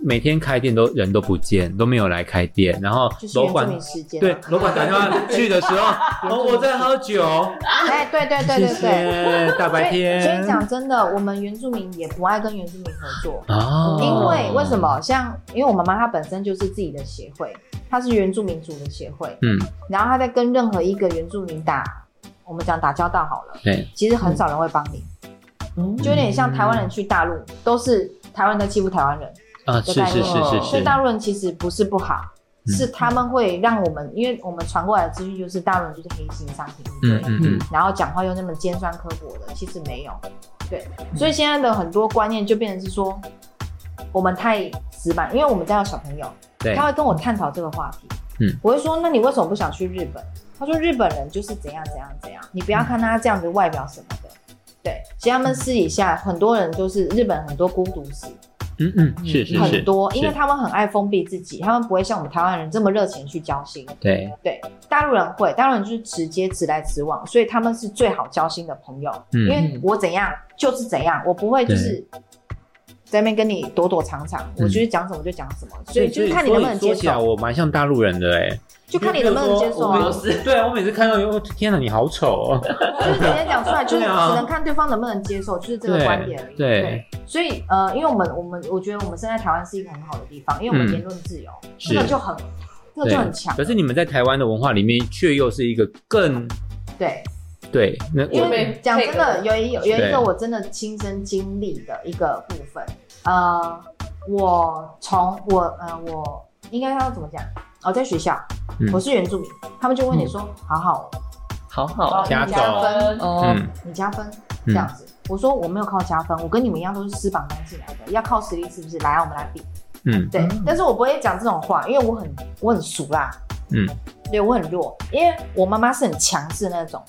Speaker 1: 每天开店都人都不见，都没有来开店，然后
Speaker 4: 就是
Speaker 1: 楼
Speaker 4: 原住
Speaker 1: 管
Speaker 4: 民。时间、啊
Speaker 1: 对，，楼管打电话去的时候，
Speaker 4: <laughs>
Speaker 1: 哦，我在喝酒，
Speaker 4: 哎，对对对对
Speaker 1: 谢
Speaker 4: 对。
Speaker 1: 谢，大白天。
Speaker 4: 所以所以讲真的，我们原住民也不爱跟原住民合作，
Speaker 1: 啊，
Speaker 4: 因为为什？么？像因为我妈妈她本身就是自己的协会，她是原住民族的协会，
Speaker 1: 嗯，
Speaker 4: 然后她在跟任何一个原住民打，我们讲打交道好了，
Speaker 1: 对，
Speaker 4: 其实很少人会帮你，
Speaker 2: 嗯
Speaker 4: 就有点像台湾人去大陆，都是台湾在欺负台湾人，
Speaker 1: 啊，是是是是
Speaker 4: 所以
Speaker 1: 是，
Speaker 4: 大陆人其实不是不好。
Speaker 1: 嗯
Speaker 4: 是他们会让我们，因为我们传过来的资讯就是大陆人就是黑心商品，
Speaker 1: 嗯嗯嗯，
Speaker 4: 然后讲话又那么尖酸刻薄的，其实没有。对，
Speaker 1: 嗯
Speaker 4: 所以现在的很多观念就变成是说，我们太死板，因为我们家有小朋友，
Speaker 1: 对
Speaker 4: 他，会跟我探讨这个话题。
Speaker 1: 嗯，
Speaker 4: 我会说，那你为什么不想去日本？他说日本人就是怎样怎样怎样，你不要看他这样子外表什么的。对，其实他们私底下很多人就是日本很多孤独死，
Speaker 1: 嗯嗯，是是是
Speaker 4: 很，多，因为
Speaker 1: 是
Speaker 4: 他们很爱封闭自己，他们不会像我们台湾人这么热情去交心。
Speaker 1: 对，
Speaker 4: 大陆人会，大陆人就是直接直来直往，所以他们是最好交心的朋友。
Speaker 1: 嗯
Speaker 4: 因为我怎样就是怎样，我不会就是在那边跟你躲躲藏藏，我就是讲什么就讲什么，所以就是看你能不能
Speaker 1: 嗯所以
Speaker 4: 接
Speaker 1: 说起来
Speaker 4: 受，
Speaker 1: 我蛮像大陆人的哎、
Speaker 4: 就看你能不能接受
Speaker 1: 因为比如说。我
Speaker 4: 啊 <laughs>
Speaker 1: 每次对啊，我每次看到有，天哪，你好丑哦。
Speaker 4: 就是直接讲出来，就
Speaker 1: <laughs>
Speaker 4: 是
Speaker 1: 对啊
Speaker 4: 只能看对方能不能接受，就是这个观点而已。
Speaker 1: 对，
Speaker 4: 所以呃，因为我们我们我觉得我们现在台湾是一个很好的地方，因为我
Speaker 1: 嗯
Speaker 4: 们言论自由，
Speaker 1: 是
Speaker 4: 这个就很这个就很强
Speaker 1: 可。是你们在台湾的文化里面，却又是一个更
Speaker 4: 对，
Speaker 1: 对，那
Speaker 4: 因
Speaker 1: 我
Speaker 4: 为讲真的，有一有有一
Speaker 1: 对
Speaker 4: 个我真的亲身经历的一个部分，呃，我从我呃我应该要怎么讲？我在学校
Speaker 1: 嗯，
Speaker 4: 我是原住民，他们就问你说，好好，
Speaker 2: 好好
Speaker 4: 哦
Speaker 1: 加
Speaker 4: 你
Speaker 1: 总
Speaker 4: 加分，
Speaker 2: 哦，
Speaker 1: 嗯
Speaker 4: 你加分这样
Speaker 1: 嗯
Speaker 4: 子。我说我没有靠加分，我跟你们一样都是私榜单进来的，要靠实力是不是？来啊，我们来比。
Speaker 1: 嗯
Speaker 4: 对，
Speaker 2: 嗯
Speaker 4: 但是我不会讲这种话，因为我很我很俗啦，
Speaker 1: 嗯，
Speaker 4: 对我很弱，因为我妈妈是很强势那种，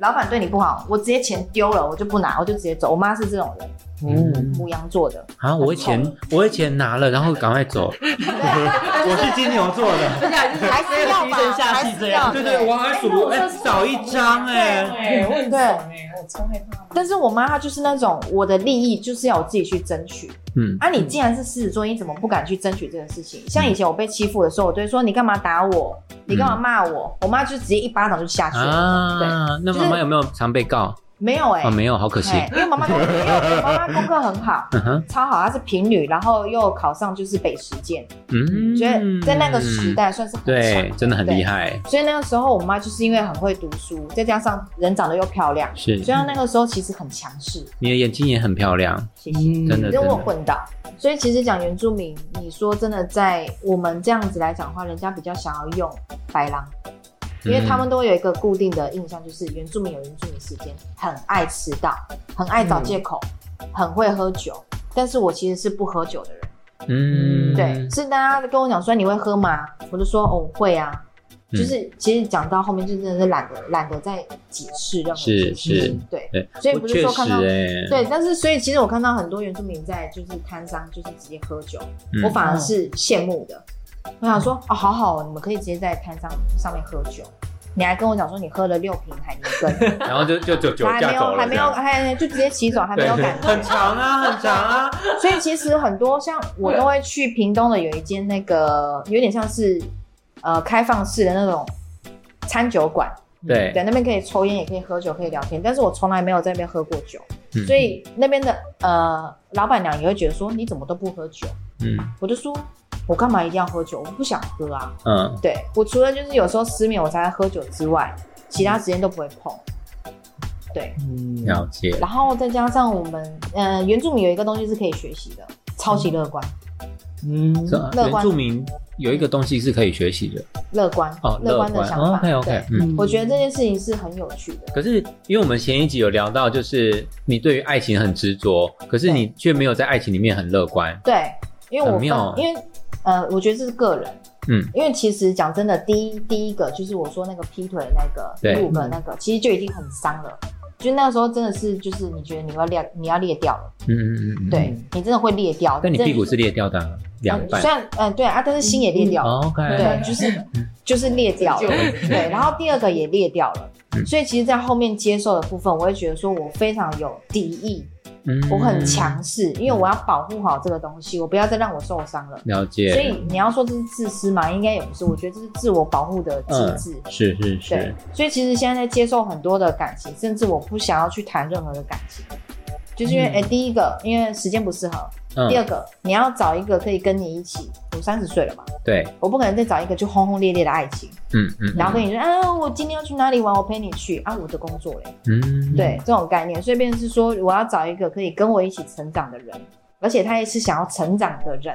Speaker 4: 老板对你不好，我直接钱丢了，我就不拿，我就直接走。我妈是这种人，
Speaker 2: 嗯，
Speaker 1: 嗯
Speaker 4: 母羊座的，
Speaker 1: 啊，我以前我以前拿了，然后赶快走。 <laughs> 我是金牛座的，
Speaker 2: 接下来就是
Speaker 4: 还是要吧，还是要
Speaker 1: 对对，我还数
Speaker 3: 哎那我
Speaker 1: 哎
Speaker 3: 这是
Speaker 1: 少一张哎，
Speaker 3: 对，我很爽哎，我超害怕。
Speaker 4: 但是我妈她就是那种我的利益就是要我自己去争取
Speaker 1: 嗯
Speaker 4: 啊！你既然是狮子座，你怎么不敢去争取这个事情？像以前我被欺负的时候，我都会说你干嘛打我，你干嘛骂我？我妈就直接一巴掌就下去了，
Speaker 1: 啊，那妈妈有没有常被告
Speaker 4: 没有哎、
Speaker 1: 啊？没有，好可惜。
Speaker 4: 哎因为妈妈功，因为我妈妈功课很好，
Speaker 1: 嗯哼，
Speaker 4: 超好，她是平女，然后又考上就是北实践，
Speaker 1: 嗯，
Speaker 4: 觉得在那个时，代算是很
Speaker 1: 对，
Speaker 4: 强，
Speaker 1: 真的很
Speaker 4: 对
Speaker 1: 厉。害，
Speaker 4: 所以那个时候我妈就是因为很会读书，再加上人长得又漂亮，
Speaker 1: 是
Speaker 4: 所以她那个时候其实很强势。
Speaker 1: 你的眼睛也很漂亮，
Speaker 4: 谢谢。
Speaker 1: 真的
Speaker 4: 因为我有混到，所以其实讲原住民，你说真的，在我们这样子来讲的话，人家比较想要用白狼，因为他们都会有一个固定的印象，就是原住民有原住民时间，很爱迟到，很爱找借口，很会喝酒。但是我其实是不喝酒的人，
Speaker 1: 嗯，
Speaker 4: 对，是大家跟我讲说你会喝吗？我就说哦会啊，
Speaker 1: 嗯
Speaker 4: 就是其实讲到后面就真的是懒得懒得再解释任何
Speaker 1: 是
Speaker 4: 事情，
Speaker 1: 是
Speaker 4: 对
Speaker 1: 对，
Speaker 4: 所以不是说
Speaker 1: 确
Speaker 4: 看
Speaker 1: 实
Speaker 4: 到
Speaker 1: 哎，
Speaker 4: 对，但是所以其实我看到很多原住民在就是摊商，就是直接喝酒，
Speaker 1: 嗯
Speaker 4: 我反而是羡慕的。我想说，哦，好好哦，你们可以直接在摊商上面喝酒。你还跟我讲说你喝了六瓶海尼
Speaker 1: <laughs>
Speaker 4: 根，
Speaker 1: 然后就就就 <laughs> 酒
Speaker 4: 还
Speaker 1: 驾
Speaker 4: 没
Speaker 1: 走
Speaker 4: 有
Speaker 1: 了，
Speaker 4: 还没有
Speaker 1: 这样
Speaker 4: 还就直接骑走，还没
Speaker 1: 对
Speaker 4: 有感
Speaker 1: 很
Speaker 4: 觉。
Speaker 1: 长啊，很长啊，
Speaker 4: 所以其实很多像我都会去屏东的有一间那个有点像是呃开放式的那种餐酒馆，
Speaker 1: 对，
Speaker 4: 对，那边可以抽烟，也可以喝酒，可以聊天，但是我从来没有在那边喝过酒。
Speaker 1: 嗯
Speaker 4: 所以那边的呃老板娘也会觉得说你怎么都不喝酒，
Speaker 1: 嗯
Speaker 4: 我就说我干嘛一定要喝酒？我不想喝啊。
Speaker 1: 嗯，
Speaker 4: 对我除了就是有时候失眠我才会喝酒之外，其他时间都不会碰。对，
Speaker 2: 嗯，
Speaker 1: 了解。
Speaker 4: 然后再加上我们，呃，原住民有一个东西是可以学习的，超级乐观，
Speaker 2: 嗯
Speaker 1: 是啊
Speaker 4: 乐
Speaker 1: 原
Speaker 4: 观
Speaker 1: 住民有一个东西是可以学习的
Speaker 4: 乐观，
Speaker 1: 哦，
Speaker 4: 乐
Speaker 1: 观。
Speaker 4: 的想法。
Speaker 1: OK
Speaker 4: 对
Speaker 1: OK，嗯。
Speaker 4: 我觉得这件事情是很有趣的。
Speaker 1: 可是，因为我们前一集有聊到，就是你对于爱情很执着，可是你却没有在爱情里面很乐观。
Speaker 4: 对，因为我
Speaker 1: 很
Speaker 4: 分
Speaker 1: 妙，欸
Speaker 4: 因为呃，我觉得这是个人，
Speaker 1: 嗯，
Speaker 4: 因为其实讲真的，第一第一个就是我说那个劈腿那个
Speaker 1: 对嗯
Speaker 4: 第五个那个，其实就已经很伤了。就那时候真的是，就是你觉得你要裂，你要裂掉了，
Speaker 1: 嗯嗯嗯嗯，
Speaker 4: 对你真的会裂掉。
Speaker 1: 但你
Speaker 4: 真的
Speaker 1: 屁股是裂掉的啊，两
Speaker 4: 嗯
Speaker 1: 半
Speaker 4: 虽。然嗯对啊，但是心也裂掉了。
Speaker 1: 哦 OK，
Speaker 4: 对，就是 <laughs> 就是裂掉了，对，然后第二个也裂掉了
Speaker 1: 嗯，
Speaker 4: 所以其实，在后面接受的部分，我会觉得说我非常有敌意，
Speaker 1: 嗯
Speaker 4: 我很强，势，因为我要保护好这个东西，我不要再让我受伤了。
Speaker 1: 了
Speaker 4: 所
Speaker 1: 解，
Speaker 4: 以你要说这是自私嘛，应该也不是，我觉得这是自我保护的机制。
Speaker 1: 是是
Speaker 4: 对
Speaker 1: 嗯是，，
Speaker 4: 所以其实现在在接受很多的感情，甚至我不想要去谈任何的感情，就是因为哎、诶第一个因为时间不适合，
Speaker 1: 嗯
Speaker 4: 第，二个你要找一个可以跟你一起，我三十岁了嘛，
Speaker 1: 对，
Speaker 4: 我不可能再找一个就轰轰烈烈的爱情，
Speaker 1: 嗯嗯，
Speaker 4: 然后跟你说啊，我今天要去哪里玩，我陪你去啊，我的工作嘞，
Speaker 1: 嗯，
Speaker 4: 对，这种概念，所以变成是说，我要找一个可以跟我一起成长的人，而且他也是想要成长的人，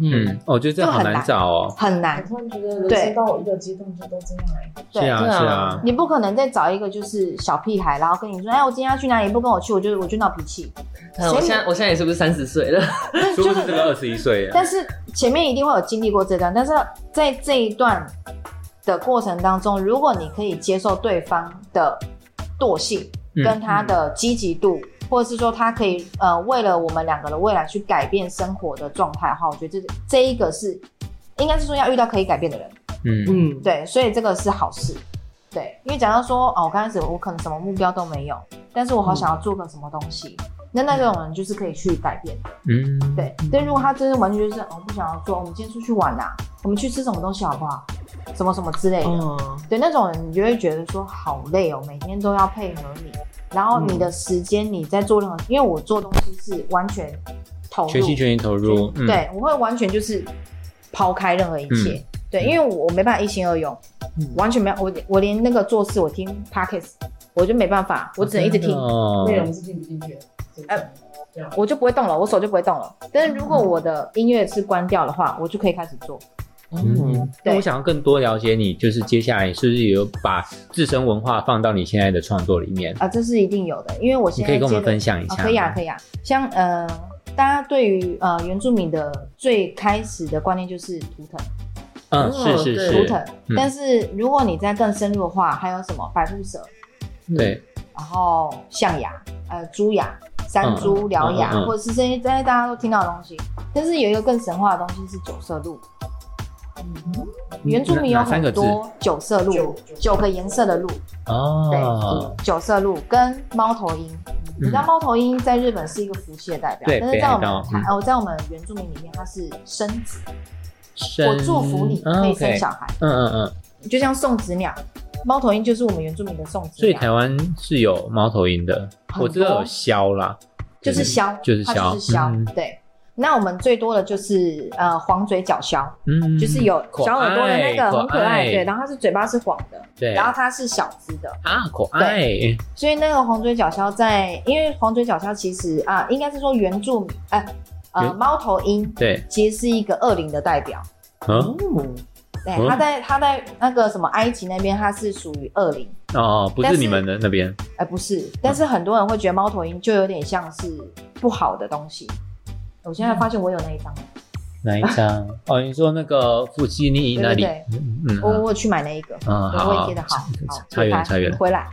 Speaker 2: 嗯，
Speaker 1: 嗯，哦我觉得这好难找哦，
Speaker 4: 很
Speaker 3: 我
Speaker 4: 难，
Speaker 3: 突然觉得人
Speaker 4: 对
Speaker 3: 生到我一个阶段就都这样哎，
Speaker 1: 是啊
Speaker 2: 对啊
Speaker 1: 是啊，
Speaker 4: 你不可能再找一个就是小屁孩，然后跟你说，哎，我今天要去哪里，不跟我去，我就我就闹
Speaker 1: <laughs>
Speaker 4: 脾气，
Speaker 2: 看我现在我现在也是不是三十岁了？
Speaker 1: 殊不知这个二十一岁，啊
Speaker 4: 但是前面一定会有经历过这段，但是在这一段的过程当中，如果你可以接受对方的惰性
Speaker 1: 嗯
Speaker 4: 跟他的积极度，或者是说他可以呃为了我们两个的未来去改变生活的状态的话，我觉得这这一个是应该是说要遇到可以改变的人，
Speaker 1: 嗯
Speaker 2: 嗯，
Speaker 4: 对，所以这个是好事。对，因为讲到说哦，我刚开始我可能什么目标都没有，但是我好想要做个什么东西，那那种人就是可以去改变的。
Speaker 1: 嗯，
Speaker 4: 对，但如果他真的完全就是哦不想要做，我们今天出去玩呐、啊我们去吃什么东西好不好？什么什么之类的。
Speaker 3: 嗯
Speaker 1: 嗯
Speaker 2: 哦，
Speaker 4: 对，那种人你就会觉得说好累哦，每天都要配合你，然后你的时间你在做任何，因为我做东西是完全投入，
Speaker 1: 全心全意投入，嗯，
Speaker 4: 对，我会完全就是抛开任何一切。对，因为我我没办法一心二用，
Speaker 2: 嗯
Speaker 4: 完全没有我我连那个做事我听 podcast 我就没办法，我只能一直听，
Speaker 1: 哦
Speaker 3: 内容是进不进去的？真的
Speaker 4: 哎我就不会动了，我手就不会动了。但是如果我的音乐是关掉的话，我就可以开始做。
Speaker 1: 嗯
Speaker 2: 嗯，
Speaker 1: 那
Speaker 4: 对
Speaker 1: 我想要更多了解你，就是接下来是不是有把自身文化放到你现在的创作里面？
Speaker 4: 啊，这是一定有的，因为我
Speaker 1: 你
Speaker 4: 现
Speaker 1: 可
Speaker 4: 在
Speaker 1: 以跟我们
Speaker 4: 接的
Speaker 1: 分享一
Speaker 4: 啊、
Speaker 1: 下、
Speaker 4: 可以啊，可以啊。像呃，大家对于呃原住民的最开始的观念就是图腾，
Speaker 1: 嗯，
Speaker 4: 哦
Speaker 1: 是是
Speaker 2: 对
Speaker 4: 啊图
Speaker 1: 是
Speaker 4: 腾。，
Speaker 1: 嗯
Speaker 4: 但是如果你再更深入的话，还有什么白腹蛇，
Speaker 1: 对，
Speaker 4: 然后象牙、呃猪牙、山
Speaker 1: 嗯
Speaker 4: 猪、獠牙，
Speaker 1: 嗯嗯嗯
Speaker 4: 或者是这些大家大家都听到的东西。但是有一个更神话的东西是九色鹿，原住民
Speaker 1: 嗯哪
Speaker 4: 有
Speaker 1: 哪三个
Speaker 4: 很
Speaker 1: 字
Speaker 4: 多九色鹿
Speaker 3: 九，
Speaker 4: 九个颜色的鹿。
Speaker 1: 哦，
Speaker 4: 九色鹿跟猫头鹰。你知道猫头鹰在日本是一个福气的代表，
Speaker 1: 嗯对
Speaker 4: 但是在我
Speaker 1: 北海道
Speaker 4: 们台
Speaker 1: 嗯
Speaker 4: 呃，在我们原住民里面，它是生子。
Speaker 1: 生
Speaker 4: 我祝福你
Speaker 1: 嗯
Speaker 4: 可以生
Speaker 1: OK
Speaker 4: 小孩，
Speaker 1: 嗯嗯嗯，
Speaker 4: 就像送子鸟，猫头鹰就是我们原住民的送子
Speaker 1: 所以
Speaker 4: 鸟
Speaker 1: 台，湾是有猫头鹰的，
Speaker 4: 很多
Speaker 1: 我知道有枭啦，
Speaker 4: 就是枭，
Speaker 1: 就是
Speaker 4: 它
Speaker 1: 枭
Speaker 4: 就是枭
Speaker 1: 嗯。
Speaker 4: 对，那我们最多的就是呃黄嘴角枭，
Speaker 1: 嗯，
Speaker 4: 就是有
Speaker 1: 可爱
Speaker 4: 小耳朵的那个，很可爱。对，然
Speaker 1: 后
Speaker 4: 后它是嘴巴是黄的，
Speaker 1: 对，
Speaker 4: 然后它是小只的，
Speaker 1: 啊，可爱，
Speaker 4: 所以那个黄嘴角鸮在，因为黄嘴角鸮其实啊，应该是说原住民，哎、呃，
Speaker 1: 原
Speaker 4: 猫头鹰
Speaker 1: 对，
Speaker 4: 其实是一个恶灵的代表。
Speaker 1: 嗯，
Speaker 2: 哦，
Speaker 4: 对
Speaker 1: 嗯，
Speaker 4: 它在它在那个什么埃及那边，它是属于恶灵，
Speaker 1: 哦，不
Speaker 4: 但
Speaker 1: 是
Speaker 4: 是
Speaker 1: 你们的那
Speaker 4: <laughs>
Speaker 1: 边，
Speaker 4: 哎、不是。但是很多人会觉得猫头鹰就有点像是不好的东西。我现在发现我有那一张，
Speaker 1: 哪一张？哦，你说那个富基尼那里，
Speaker 4: 对
Speaker 1: 嗯嗯，
Speaker 4: 我
Speaker 1: 嗯
Speaker 4: 我有去买那一个，
Speaker 1: 嗯，好
Speaker 4: 我会
Speaker 1: 好
Speaker 4: 贴的好，好，
Speaker 1: 差远
Speaker 4: 拜
Speaker 1: 了差远了
Speaker 4: 回来。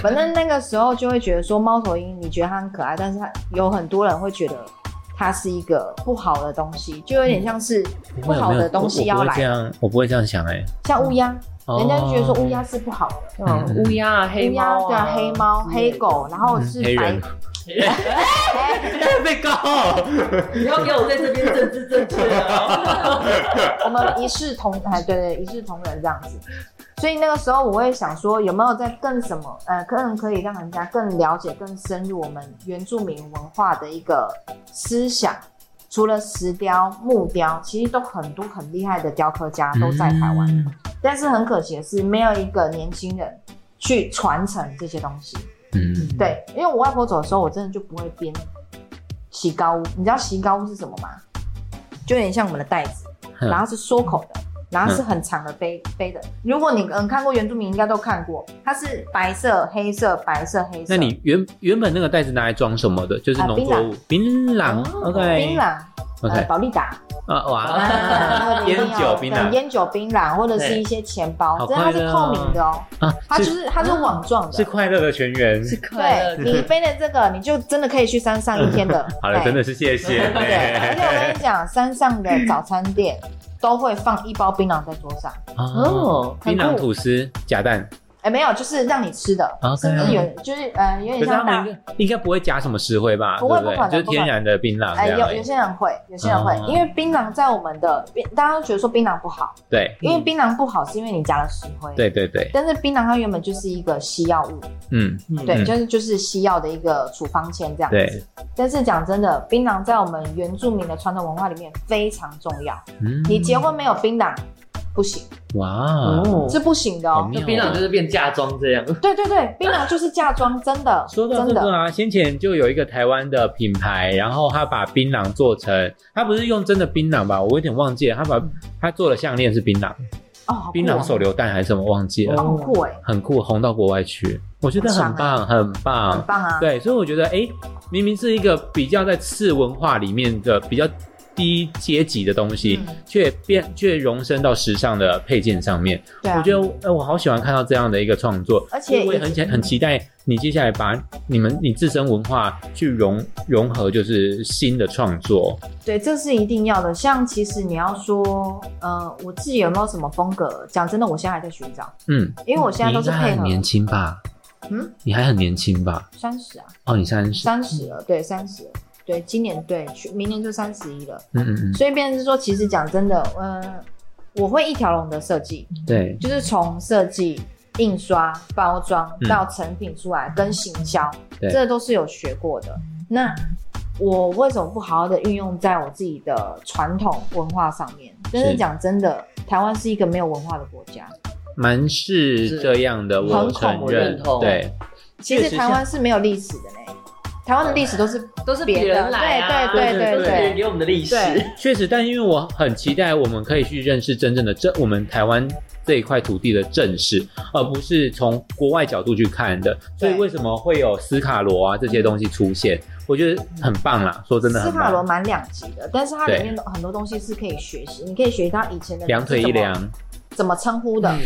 Speaker 4: 反正那个时候就会觉得说猫头鹰，你觉得它很可爱，但是它有很多人会觉得它是一个不好的东西，就有点像是不好的东西要
Speaker 1: 啊我不会这
Speaker 4: 来，
Speaker 1: 样，我不会这样想哎、
Speaker 4: 像乌鸦，
Speaker 1: 哦
Speaker 4: 人家就觉得说乌鸦是不好的，
Speaker 1: 嗯
Speaker 2: 乌鸦啊，嗯黑
Speaker 4: 乌鸦
Speaker 2: 猫
Speaker 4: 对啊，黑猫、啊黑，狗，然后是
Speaker 1: 黑
Speaker 4: 白 <laughs>
Speaker 1: 人，被告，
Speaker 2: 你要给我在这边政治正确啊！
Speaker 4: 我们一视同 <laughs> 哎，对对，一视同仁这样子。所以那个时候我会想说，有没有在更什么呃，更可以让人家更了解、更深入我们原住民文化的一个思想，除了石雕、木雕，其实都很多很厉害的雕刻家都在台湾，
Speaker 1: 嗯
Speaker 4: 但是很可惜的是，没有一个年轻人去传承这些东西。
Speaker 1: 嗯，
Speaker 4: 对，因为我外婆走的时候，我真的就不会编洗高屋。你知道洗高屋是什么吗？就有点像我们的袋子，
Speaker 1: 嗯
Speaker 4: 然后是缩口的，然后是很长的背背的。如果你嗯看过原住民，应该都看过，它是白色、黑色、白色、黑
Speaker 1: 那
Speaker 4: 色。
Speaker 1: 你原原本那个袋子拿来装什么的？就是
Speaker 4: 啊
Speaker 1: 农作物，槟榔
Speaker 4: 哦槟
Speaker 1: ，OK，
Speaker 4: 榔、呃，
Speaker 1: OK，
Speaker 4: 宝丽达、
Speaker 1: 啊哇，<laughs>
Speaker 4: 啊
Speaker 1: 烟
Speaker 4: 一定要 <laughs>
Speaker 1: 酒槟榔
Speaker 4: 对烟酒槟榔，或者是
Speaker 2: 对
Speaker 4: 一些钱
Speaker 1: 好
Speaker 4: 包，真的它
Speaker 1: 快
Speaker 4: 是
Speaker 1: 乐
Speaker 4: 透明的哦，
Speaker 1: 啊，
Speaker 4: 它就是是它是网状
Speaker 1: 是
Speaker 4: 的。
Speaker 1: 快乐的全员。。
Speaker 2: 是快乐
Speaker 4: 对
Speaker 2: 的。
Speaker 4: 你背了这个，你就真的可以去山上一天的
Speaker 1: <laughs> 好了，
Speaker 4: 对
Speaker 1: 真的是谢谢。
Speaker 4: <laughs> 对，而且我跟你讲，山上的早餐店都会放一包槟榔在桌上，
Speaker 1: <laughs> 哦，
Speaker 2: 哦，
Speaker 1: 槟榔
Speaker 4: 很酷
Speaker 1: 吐司夹蛋，
Speaker 4: 哎，没有，就是让你吃的
Speaker 1: OK
Speaker 4: 甚至哦啊有就是呃，有
Speaker 1: 可是
Speaker 4: 点
Speaker 1: 他
Speaker 4: 像大
Speaker 1: 们应。该应该不会加什么石灰吧？
Speaker 4: 不会
Speaker 1: 对
Speaker 4: 不
Speaker 1: 对？
Speaker 4: 可能
Speaker 1: 就是
Speaker 4: 不可能
Speaker 1: 天然的槟榔
Speaker 4: 哎，
Speaker 1: 这样
Speaker 4: 有
Speaker 1: 而已
Speaker 4: 有。些人会，有些人会，
Speaker 1: 嗯
Speaker 4: 因为槟榔在我们的，大家都觉得说槟榔不好，
Speaker 1: 对
Speaker 4: 因为槟榔不好是因为你加了石灰。。
Speaker 1: 嗯对对对，
Speaker 4: 但是槟榔它原本就是一个西药物，
Speaker 1: 嗯，
Speaker 2: 嗯
Speaker 4: 对，
Speaker 1: 嗯
Speaker 4: 就是就是西药的一个处方签这样
Speaker 1: 对
Speaker 4: 子。但是讲真的，槟榔在我们原住民的传统文化里面非常重要。
Speaker 1: 嗯，
Speaker 4: 你结婚没有槟榔不行，
Speaker 1: 哇，
Speaker 2: 哦，
Speaker 4: 是不行的哦
Speaker 1: 好。
Speaker 2: 那槟榔就是变嫁妆这样。
Speaker 4: 对对对，槟
Speaker 1: <laughs>
Speaker 4: 榔就是嫁妆，真的，
Speaker 1: 说到这
Speaker 4: 真
Speaker 1: 个
Speaker 4: 的，
Speaker 1: 啊，先前就有一个台湾的品牌，然后他把槟榔做成，他不是用真的槟榔吧？我有点忘记了，他把他做的项链是槟榔，
Speaker 4: 嗯哦，好酷哦
Speaker 1: 槟榔手榴弹还是什么忘记
Speaker 2: 嗯
Speaker 1: 了，
Speaker 4: 哦，啊好酷哎，
Speaker 1: 很酷，红到国外去，我觉得很棒，很
Speaker 4: 很
Speaker 1: 棒。
Speaker 4: 棒啊！
Speaker 1: 对，所以我觉得，哎，明明是一个比较在次文化里面的比较低阶级的东西，
Speaker 4: 嗯
Speaker 1: 却变却荣升到时尚的配件上面。
Speaker 4: 对啊
Speaker 1: 我觉，得，哎、我好喜欢看到这样的一个创作，
Speaker 4: 而且
Speaker 1: 我也很期很期待你接下来把你们你自身文化去融融合，就是新的创作。
Speaker 4: 对，这是一定要的。像其实你要说，呃，我自己有没有什么风格？讲真的，我现在还在寻找，
Speaker 1: 嗯，
Speaker 4: 因为我现在
Speaker 1: 你
Speaker 4: 都
Speaker 1: 应
Speaker 4: 是
Speaker 1: 该还
Speaker 4: 配
Speaker 1: 很
Speaker 4: 合
Speaker 1: 年轻吧？
Speaker 4: 嗯，
Speaker 1: 你还很年轻吧？
Speaker 4: 三十啊，
Speaker 1: 哦，你三十，
Speaker 4: 三十了，对，三十了，对，今年对，去明年就三十一了。
Speaker 1: 嗯嗯嗯，
Speaker 4: 所以变成是说，其实讲真的，呃，我会一条龙的设计，
Speaker 1: 对，
Speaker 4: 就是从设计、印刷、包装
Speaker 1: 嗯
Speaker 4: 到成品出来跟行销，
Speaker 1: 对
Speaker 4: 这都是有学过的。那我为什么不好好的运用在我自己的传统文化上面？但是
Speaker 1: 是
Speaker 4: 讲真的，台湾是一个没有文化的国家。
Speaker 1: 蛮是
Speaker 2: 是
Speaker 1: 这样的，我
Speaker 4: 很
Speaker 1: 承
Speaker 4: 恐
Speaker 1: 认
Speaker 2: 认，同
Speaker 1: 对，
Speaker 4: 其
Speaker 1: 确
Speaker 4: 实
Speaker 1: 实
Speaker 4: 台湾是没有历史的呢，台湾的历史都是
Speaker 2: 都是
Speaker 4: 别
Speaker 2: 别
Speaker 4: 人
Speaker 2: 人来啊，
Speaker 4: 对对
Speaker 1: 对对
Speaker 2: 都是别人给我们的历
Speaker 1: <laughs>
Speaker 2: 史。
Speaker 4: 对
Speaker 1: 确实，但因为我很期待我们可以去认识真正的这我们台湾这一块土地的正史，而不是从国外角度去看的。所以
Speaker 4: 对
Speaker 1: 为什么会有斯卡罗啊这些东西出现？我觉得很棒啦，说真的
Speaker 4: 斯
Speaker 1: 很
Speaker 4: 卡罗
Speaker 1: 棒。
Speaker 4: 蛮两极的，但是它
Speaker 1: 对
Speaker 4: 里面的很多东西是可以学习，你可以学习它以前的
Speaker 1: 两腿一
Speaker 4: 是
Speaker 1: 凉，
Speaker 4: 怎么，怎么称呼的，
Speaker 2: 嗯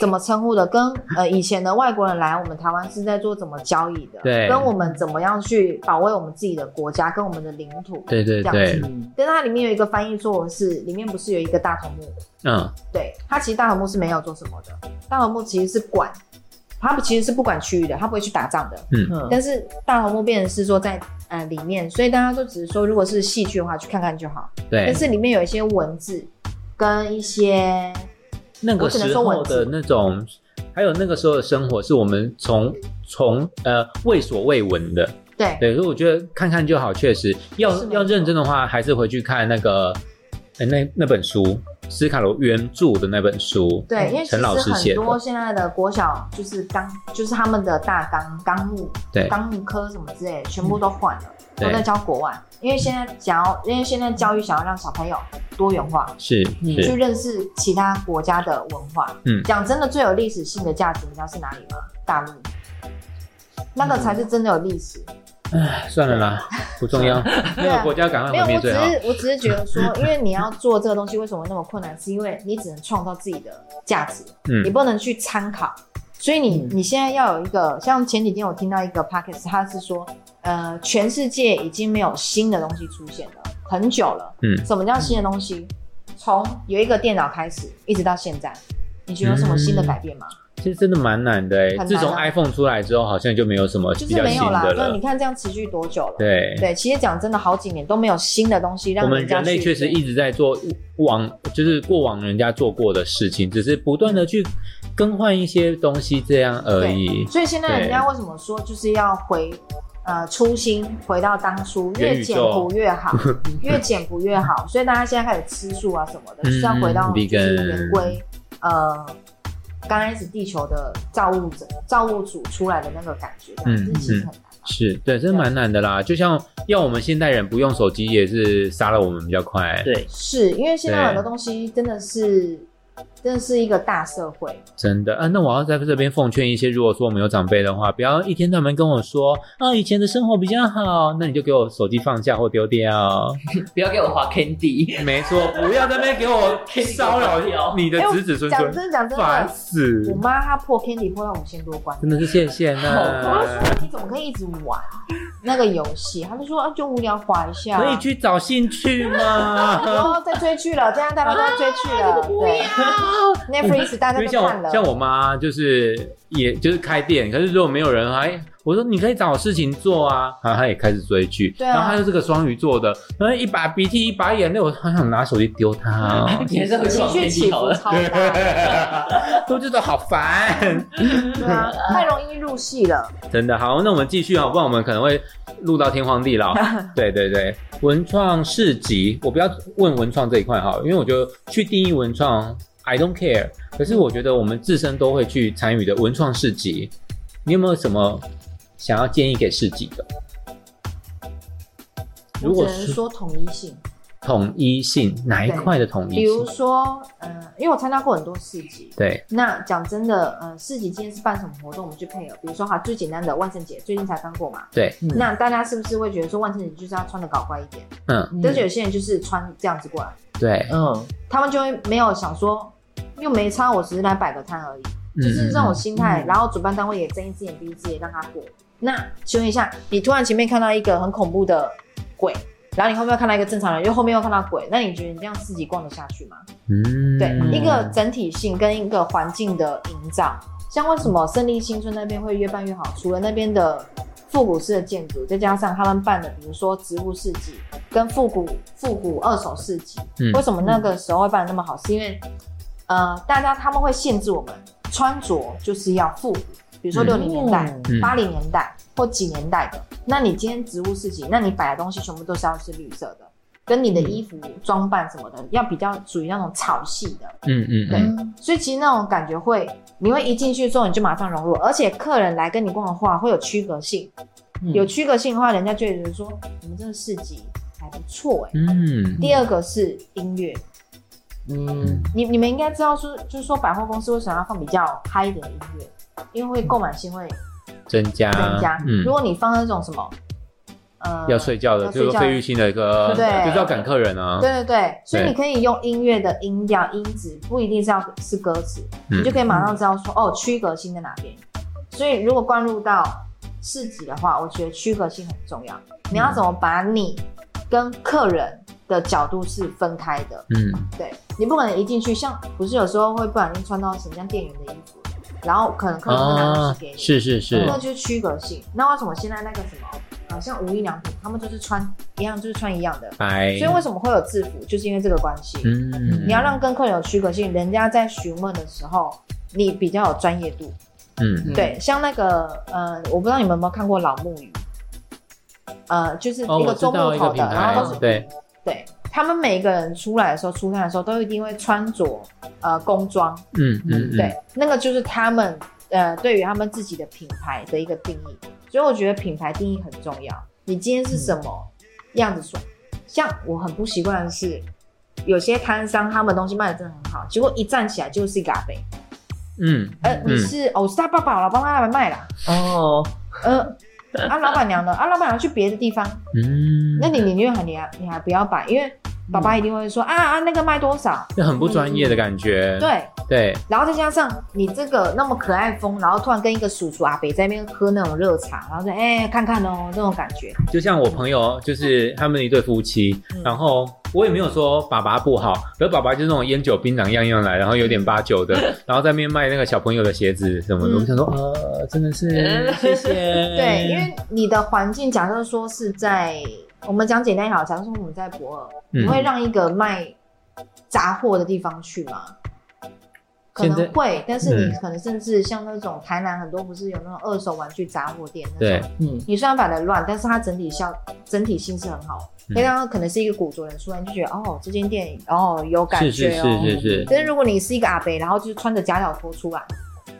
Speaker 4: 怎么称呼的，跟呃以前的外国人来我们台湾是在做怎么交易的，
Speaker 1: 对
Speaker 4: 跟我们怎么样去保卫我们自己的国家跟我们的领土。
Speaker 1: 对对
Speaker 4: 这样
Speaker 1: 对，
Speaker 2: 嗯
Speaker 4: 但是它里面有一个翻译作文是，里面不是有一个大头目？
Speaker 1: 嗯，
Speaker 4: 对，它其实大头目是没有做什么的，大头目其实是管，它其实是不管区域的，它不会去打仗的。
Speaker 2: 嗯
Speaker 4: 但是大头目变成是说在呃里面，所以大家都只是说，如果是戏剧的话，去看看就好。
Speaker 1: 对
Speaker 4: 但。是里面有一些文字跟一些
Speaker 1: 那个
Speaker 4: 我只能
Speaker 1: 时
Speaker 4: 说
Speaker 1: 候
Speaker 4: 文
Speaker 1: 的
Speaker 4: 字
Speaker 1: 那种，还有那个时候的生活，是我们从从呃未所未闻的。
Speaker 4: 对
Speaker 1: 对，所以我觉得看看就好，确实要
Speaker 4: 是没
Speaker 1: 要
Speaker 4: 错
Speaker 1: 认真的话，还是回去看那个，哎、那那本书，斯卡罗原著的那本书，
Speaker 4: 对，因为其
Speaker 1: 哦陈老师
Speaker 4: 实
Speaker 1: 写
Speaker 4: 很
Speaker 1: 的，
Speaker 4: 多现在的国小就是纲，就是他们的大纲、纲目、
Speaker 1: 对嗯
Speaker 4: 纲目科什么之类的，全部都换了，都在
Speaker 1: 对，
Speaker 4: 教国外。因为现在想要，因为现在教育想要让小朋友多元化，
Speaker 1: 是
Speaker 2: 嗯
Speaker 4: 去
Speaker 1: 是，
Speaker 4: 认识其他国家的文化。
Speaker 1: 嗯
Speaker 4: 讲真的，最有历史性的价值，你知道是哪里吗？大陆，那个才是真的有历史。
Speaker 1: 嗯算了
Speaker 4: <laughs>
Speaker 1: 啦，不重要，那个国家赶快
Speaker 4: 没有，
Speaker 1: 毁
Speaker 4: 我
Speaker 1: 灭
Speaker 4: 只
Speaker 1: 最好。
Speaker 4: 是我只是觉得说，
Speaker 1: <laughs>
Speaker 4: 因为你要做这个东西，为什么那么困难？是因为你只能创造自己的价值，你
Speaker 1: 嗯，
Speaker 4: 不能去参考。所以你
Speaker 2: 嗯
Speaker 4: 你现在要有一个，像前几天我听到一个 p o c k e t 他是说，呃，全世界已经没有新的东西出现了，很久了。
Speaker 1: 嗯
Speaker 4: 什么叫新的东西？从有一个电脑开始，一直到现在，你觉得有什么新的改变吗？
Speaker 1: 其实真的蛮难的、哎，
Speaker 4: 很难啊
Speaker 1: 自从 iPhone 出来之后，好像就没有什么
Speaker 4: 就
Speaker 1: 比
Speaker 4: 是
Speaker 1: 较
Speaker 4: 没
Speaker 1: 新
Speaker 4: 有啦
Speaker 1: 的。
Speaker 4: 那你
Speaker 1: 了。
Speaker 4: 看这样持续多久了？
Speaker 1: 对，
Speaker 4: 对，其实讲真的，好几年都没有新的东西让
Speaker 1: 我们
Speaker 4: 人家
Speaker 1: 人类
Speaker 4: 去
Speaker 1: 确实一直在做往，就是过往人家做过的事情，只是不断的去更换一些东西这样而已。
Speaker 4: 所以现在人
Speaker 1: 对
Speaker 4: 家为什么说就是要回呃初心回到当初，
Speaker 1: 元
Speaker 4: 越
Speaker 1: 宇
Speaker 4: 简
Speaker 1: 宙
Speaker 4: 朴
Speaker 1: <laughs>
Speaker 4: 越好，越简朴越好。所以大家现在开始吃素啊什么的，就是要回到
Speaker 1: 嗯
Speaker 4: 就是
Speaker 1: vegan
Speaker 4: 原归呃刚开始地球的造物者、造物主出来的那个感觉，这样
Speaker 1: 嗯
Speaker 4: 子其实很难啊。
Speaker 1: 是对，真的蛮难的啦。就像要我们现代人不用手机，也是杀了我们比较快。
Speaker 2: 对，
Speaker 4: 是因为现在
Speaker 1: 对
Speaker 4: 很多东西真的是真的是一个大社会，
Speaker 1: 真的啊，那我要在这边奉劝一些，如果说我们有长辈的话，不要一天到晚跟我说啊，以前的生活比较好，那你就给我手机放下或丢掉。
Speaker 2: 不要给我划 Candy，，
Speaker 1: 没错，不要在那边给我骚扰你的
Speaker 4: 哎我
Speaker 1: 子子孙
Speaker 4: 讲
Speaker 1: 孙，
Speaker 4: 真的讲真
Speaker 1: 烦
Speaker 4: 的，
Speaker 1: 死！
Speaker 4: 我妈她破 Candy 破到五千多关，
Speaker 1: 真的是谢谢
Speaker 4: 我
Speaker 1: 呢
Speaker 4: 就，说你怎么可以一直玩那个游戏？她就说啊，就无聊滑一下，
Speaker 1: 可以去找兴趣
Speaker 4: 然
Speaker 1: 吗？
Speaker 4: 后在追剧了，这样大家都啊在追剧了，对 Netflix 大
Speaker 1: 因
Speaker 4: 家
Speaker 1: 为
Speaker 4: 都
Speaker 1: 像
Speaker 4: 看了，
Speaker 1: 我像我妈就是也就是开店，可是如果没有人还。我说你可以找事情做啊，然后她也开始追剧，
Speaker 4: 对啊
Speaker 1: 然后她就是个双鱼座的，然后一把鼻涕一把眼泪，我好想拿手机丢她、哦
Speaker 4: <laughs>
Speaker 2: 你还是回去
Speaker 4: 情
Speaker 2: 划
Speaker 4: 绪起
Speaker 2: Candy 好
Speaker 4: 伏
Speaker 2: 了。
Speaker 4: 超大，
Speaker 1: <laughs> 都觉得好烦。
Speaker 4: 对啊，太容易入戏了。
Speaker 1: 真的好，那我们继续啊，不然我们可能会录到天荒地
Speaker 4: <laughs>
Speaker 1: 老。对对对，文创市集，我不要问文创这一块哈，因为我觉得去定义文创，I don't care。可是我觉得我们自身都会去参与的文创市集，你有没有什么想要建议给市集的？如
Speaker 4: 我
Speaker 1: 果
Speaker 4: 只能
Speaker 1: 是
Speaker 4: 说统一性，
Speaker 1: 统一性，哪一块的统
Speaker 4: 比
Speaker 1: 一
Speaker 4: 如
Speaker 1: 性？
Speaker 4: 说，呃，因为我参加过很多市集，
Speaker 1: 对，
Speaker 4: 那讲真的，呃，市集今天是办什么活动，我们去配合。比如说，哈，最简单的万圣节，最近才刚过嘛。
Speaker 1: 对，
Speaker 2: 嗯
Speaker 4: 那大家是不是会觉得说万圣节就是要穿的搞怪一点？
Speaker 1: 嗯，
Speaker 4: 但是有些人就是穿这样子过来，
Speaker 1: 对，
Speaker 2: 嗯，
Speaker 4: 他们就会没有想说，又没差，我只是来摆个摊而已，
Speaker 1: 嗯
Speaker 4: 就是这种
Speaker 1: 嗯
Speaker 4: 心态。
Speaker 2: 嗯
Speaker 4: 然后主办单位也睁一只眼闭一只眼让他过。那请问一下，你突然前面看到一个很恐怖的鬼，然后你后面又看到一个正常人，又后面又看到鬼，那你觉得你这样自己逛得下去吗？
Speaker 1: 嗯，
Speaker 4: 对，
Speaker 2: 嗯
Speaker 4: 一个整体性跟一个环境的营造。像为什么胜利新村那边会越办越好？除了那边的复古式的建筑，再加上他们办的，比如说植物市集跟复古复古二手市集，
Speaker 1: 嗯
Speaker 4: 为什么那个时候会办的那么好？是因为呃，大家他们会限制我们穿着就是要复古，比如说
Speaker 1: 嗯
Speaker 4: 六零年代、
Speaker 1: 嗯
Speaker 4: 八零年代或几年代的。那你今天植物市集，那你摆的东西全部都是要是绿色的，跟你的
Speaker 1: 嗯
Speaker 4: 衣服装扮什么的，要比较属于那种草系的。
Speaker 1: 嗯嗯
Speaker 4: 对
Speaker 1: 嗯，
Speaker 4: 所以其实那种感觉会，你会一进去之后你就马上融入，而且客人来跟你逛的话会有区隔性，
Speaker 1: 嗯
Speaker 4: 有区隔性的话，人家就会觉得说你们这个市集还不错哎、
Speaker 1: 嗯，
Speaker 4: 第二个是音乐，
Speaker 2: 嗯
Speaker 4: 你你们应该知道说，就是说百货公司为什么要放比较嗨一点的音乐，因为会购买性会
Speaker 1: 增加
Speaker 4: 增加。
Speaker 1: 嗯
Speaker 4: 如，果你放那种什么，呃，
Speaker 1: 要睡觉的，
Speaker 4: 要
Speaker 1: 就是
Speaker 4: 睡觉
Speaker 1: 费玉清的歌，
Speaker 4: <laughs> 对
Speaker 1: 就是要赶客人啊。
Speaker 4: 对对对，所以
Speaker 1: 对
Speaker 4: 你可以用音乐的音调、音质，不一定是要是歌词，
Speaker 1: 嗯
Speaker 4: 你就可以马上知道说哦，区隔性在哪边。所以如果灌入到市集的话，我觉得区隔性很重要。你要怎么把你跟客人的角度是分开的？
Speaker 1: 嗯，
Speaker 4: 对你不可能一进去，像不是有时候会不小心穿到什么像店员的衣服，然后可能客人会拿东
Speaker 1: 啊
Speaker 4: 西给，你，
Speaker 1: 是是是，
Speaker 4: 那就是区隔性。那为什么现在那个什么，呃，像无印良品，他们就是穿一样，就是穿一样的，
Speaker 1: 白，
Speaker 4: 所以为什么会有制服，就是因为这个关系。
Speaker 1: 嗯，
Speaker 4: 你要让跟客人有区隔性，人家在询问的时候，你比较有专业度。
Speaker 1: 嗯
Speaker 2: 嗯
Speaker 4: 对，像那个呃，我不知道你们有没有看过老木鱼，呃，就是
Speaker 1: 哦
Speaker 4: 一
Speaker 1: 我
Speaker 4: 个
Speaker 1: 知
Speaker 4: 中
Speaker 1: 道
Speaker 4: 木
Speaker 1: 一个
Speaker 4: 头
Speaker 1: 品
Speaker 4: 的，
Speaker 1: 牌啊
Speaker 4: 然后都是
Speaker 1: 对
Speaker 4: 对，他们每一个人出来的时候，出摊的时候都一定会穿着呃工装，
Speaker 1: 嗯嗯，嗯
Speaker 4: 对，，那个就是他们呃对于他们自己的品牌的一个定义，所以我觉得品牌定义很重要。你今天是什么样子说？像我很不习惯的是，有些摊商他们东西卖的真的很好，结果一站起来就是一个阿伯，
Speaker 1: 嗯
Speaker 4: 呃，你
Speaker 1: 嗯
Speaker 4: 是、哦，我是他爸爸，我老帮他来卖啦，
Speaker 2: 哦，
Speaker 4: 呃，啊，老板娘呢？啊，老板娘去别的地方，
Speaker 1: 嗯，
Speaker 4: 那你宁愿还你还你还不要摆，因为爸爸一定会说、啊啊，那个卖多少？
Speaker 1: 嗯就很不专业的感觉，
Speaker 4: 对，
Speaker 1: 对，
Speaker 4: 然后再加上你这个那么可爱风，然后突然跟一个叔叔阿伯在那边喝那种热茶，然后说哎、看看哦那种感觉，
Speaker 1: 就像我朋友，就是他们一对夫妻，
Speaker 4: 嗯
Speaker 1: 然后我也没有说爸爸不好，可是爸爸就是那种烟酒槟榔样样来，然后有点八九的，然后在那边卖那个小朋友的鞋子什么的，
Speaker 4: 嗯
Speaker 1: 我就想说，呃，真的是谢谢，
Speaker 4: <laughs> 对，因为你的环境假设说是在我们讲简单一点好，假设说我们在博尔，
Speaker 1: 嗯
Speaker 4: 你会让一个卖杂货的地方去吗？可
Speaker 1: 现
Speaker 4: 能
Speaker 1: 在
Speaker 4: 会，但是你
Speaker 1: 嗯
Speaker 4: 可能甚至像那种台南很多不是有那种二手玩具杂货店那
Speaker 1: 对
Speaker 4: 种，
Speaker 2: 嗯，
Speaker 4: 你虽然摆的乱，但是它整体效整体性是很好
Speaker 1: 嗯
Speaker 4: 的。可以让它可能是一个古着人出来，你就觉得哦，这间店哦有感
Speaker 1: 是
Speaker 4: 觉
Speaker 1: 是
Speaker 4: 哦。
Speaker 1: 是是是，
Speaker 4: 但是如果你是一个阿伯，然后就是穿着夹脚拖出来，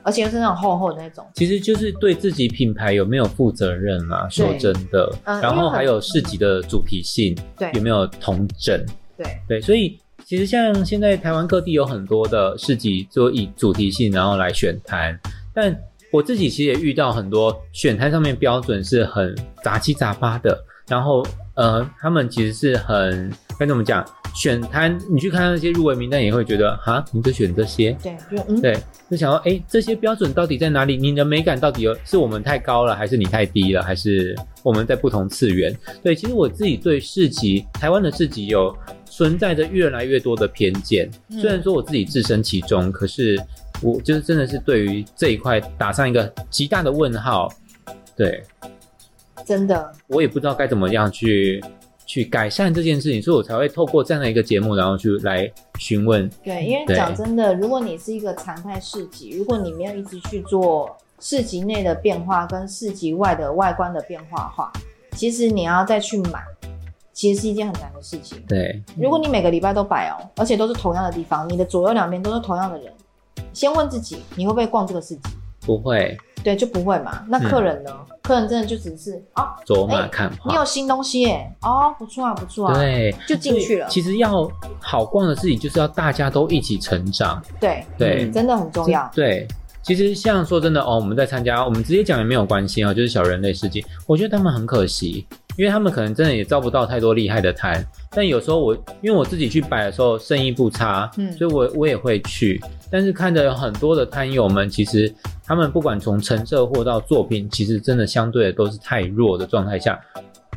Speaker 4: 而且又是那种厚厚的那种，
Speaker 1: 其实就是对自己品牌有没有负责任啊，说真的，
Speaker 4: 嗯
Speaker 1: 然
Speaker 4: 因为
Speaker 1: 后
Speaker 4: 很
Speaker 1: 还有市集的主题性
Speaker 4: 对
Speaker 1: 有没有同整，
Speaker 4: 对
Speaker 1: 对，所以其实像现在台湾各地有很多的市集，就以主题性然后来选摊，但我自己其实也遇到很多选摊上面标准是很杂七杂八的，然后呃，他们其实是很该怎么讲，选摊你去看那些入围名单，也会觉得哈，你就选这些，
Speaker 4: 对，就嗯，
Speaker 1: 对，就想说，哎、这些标准到底在哪里？你的美感到底有是我们太高了，还是你太低了，还是我们在不同次元？对，其实我自己对市集，台湾的市集有存在着越来越多的偏见。
Speaker 4: 嗯
Speaker 1: 虽然说我自己置身其中，可是我就是真的是对于这一块打上一个极大的问号。对
Speaker 4: 真的，
Speaker 1: 我也不知道该怎么样去。去改善这件事情，所以我才会透过这样的一个节目，然后去来询问。
Speaker 4: 对，因为
Speaker 1: 对
Speaker 4: 讲真的，如果你是一个常态市集，如果你没有一直去做市集内的变化跟市集外的外观的变化的话，其实你要再去买，其实是一件很难的事情。
Speaker 1: 对，
Speaker 4: 如果你每个礼拜都摆哦，而且都是同样的地方，你的左右两边都是同样的人，先问自己，你会不会逛这个市集？
Speaker 1: 不会
Speaker 4: 对，就不会嘛。那客人呢？客人真的就只是啊，
Speaker 1: 走马
Speaker 4: 哎
Speaker 1: 看花。
Speaker 4: 你有新东西耶，哦，不错啊，不错啊，
Speaker 1: 对，
Speaker 4: 就进去了。
Speaker 1: 其实要好逛的事情，就是要大家都一起成长。
Speaker 4: 对，
Speaker 1: 对、
Speaker 2: 嗯
Speaker 4: 真的很重要。
Speaker 1: 对，其实像说真的哦，我们在参加，我们直接讲也没有关系哦，就是小人类世界，我觉得他们很可惜，因为他们可能真的也招不到太多厉害的摊。但有时候我因为我自己去摆的时候生意不差，
Speaker 4: 嗯
Speaker 1: 所以我我也会去。但是看着有很多的摊友们，其实他们不管从成色或到作品，其实真的相对的都是太弱的状态下，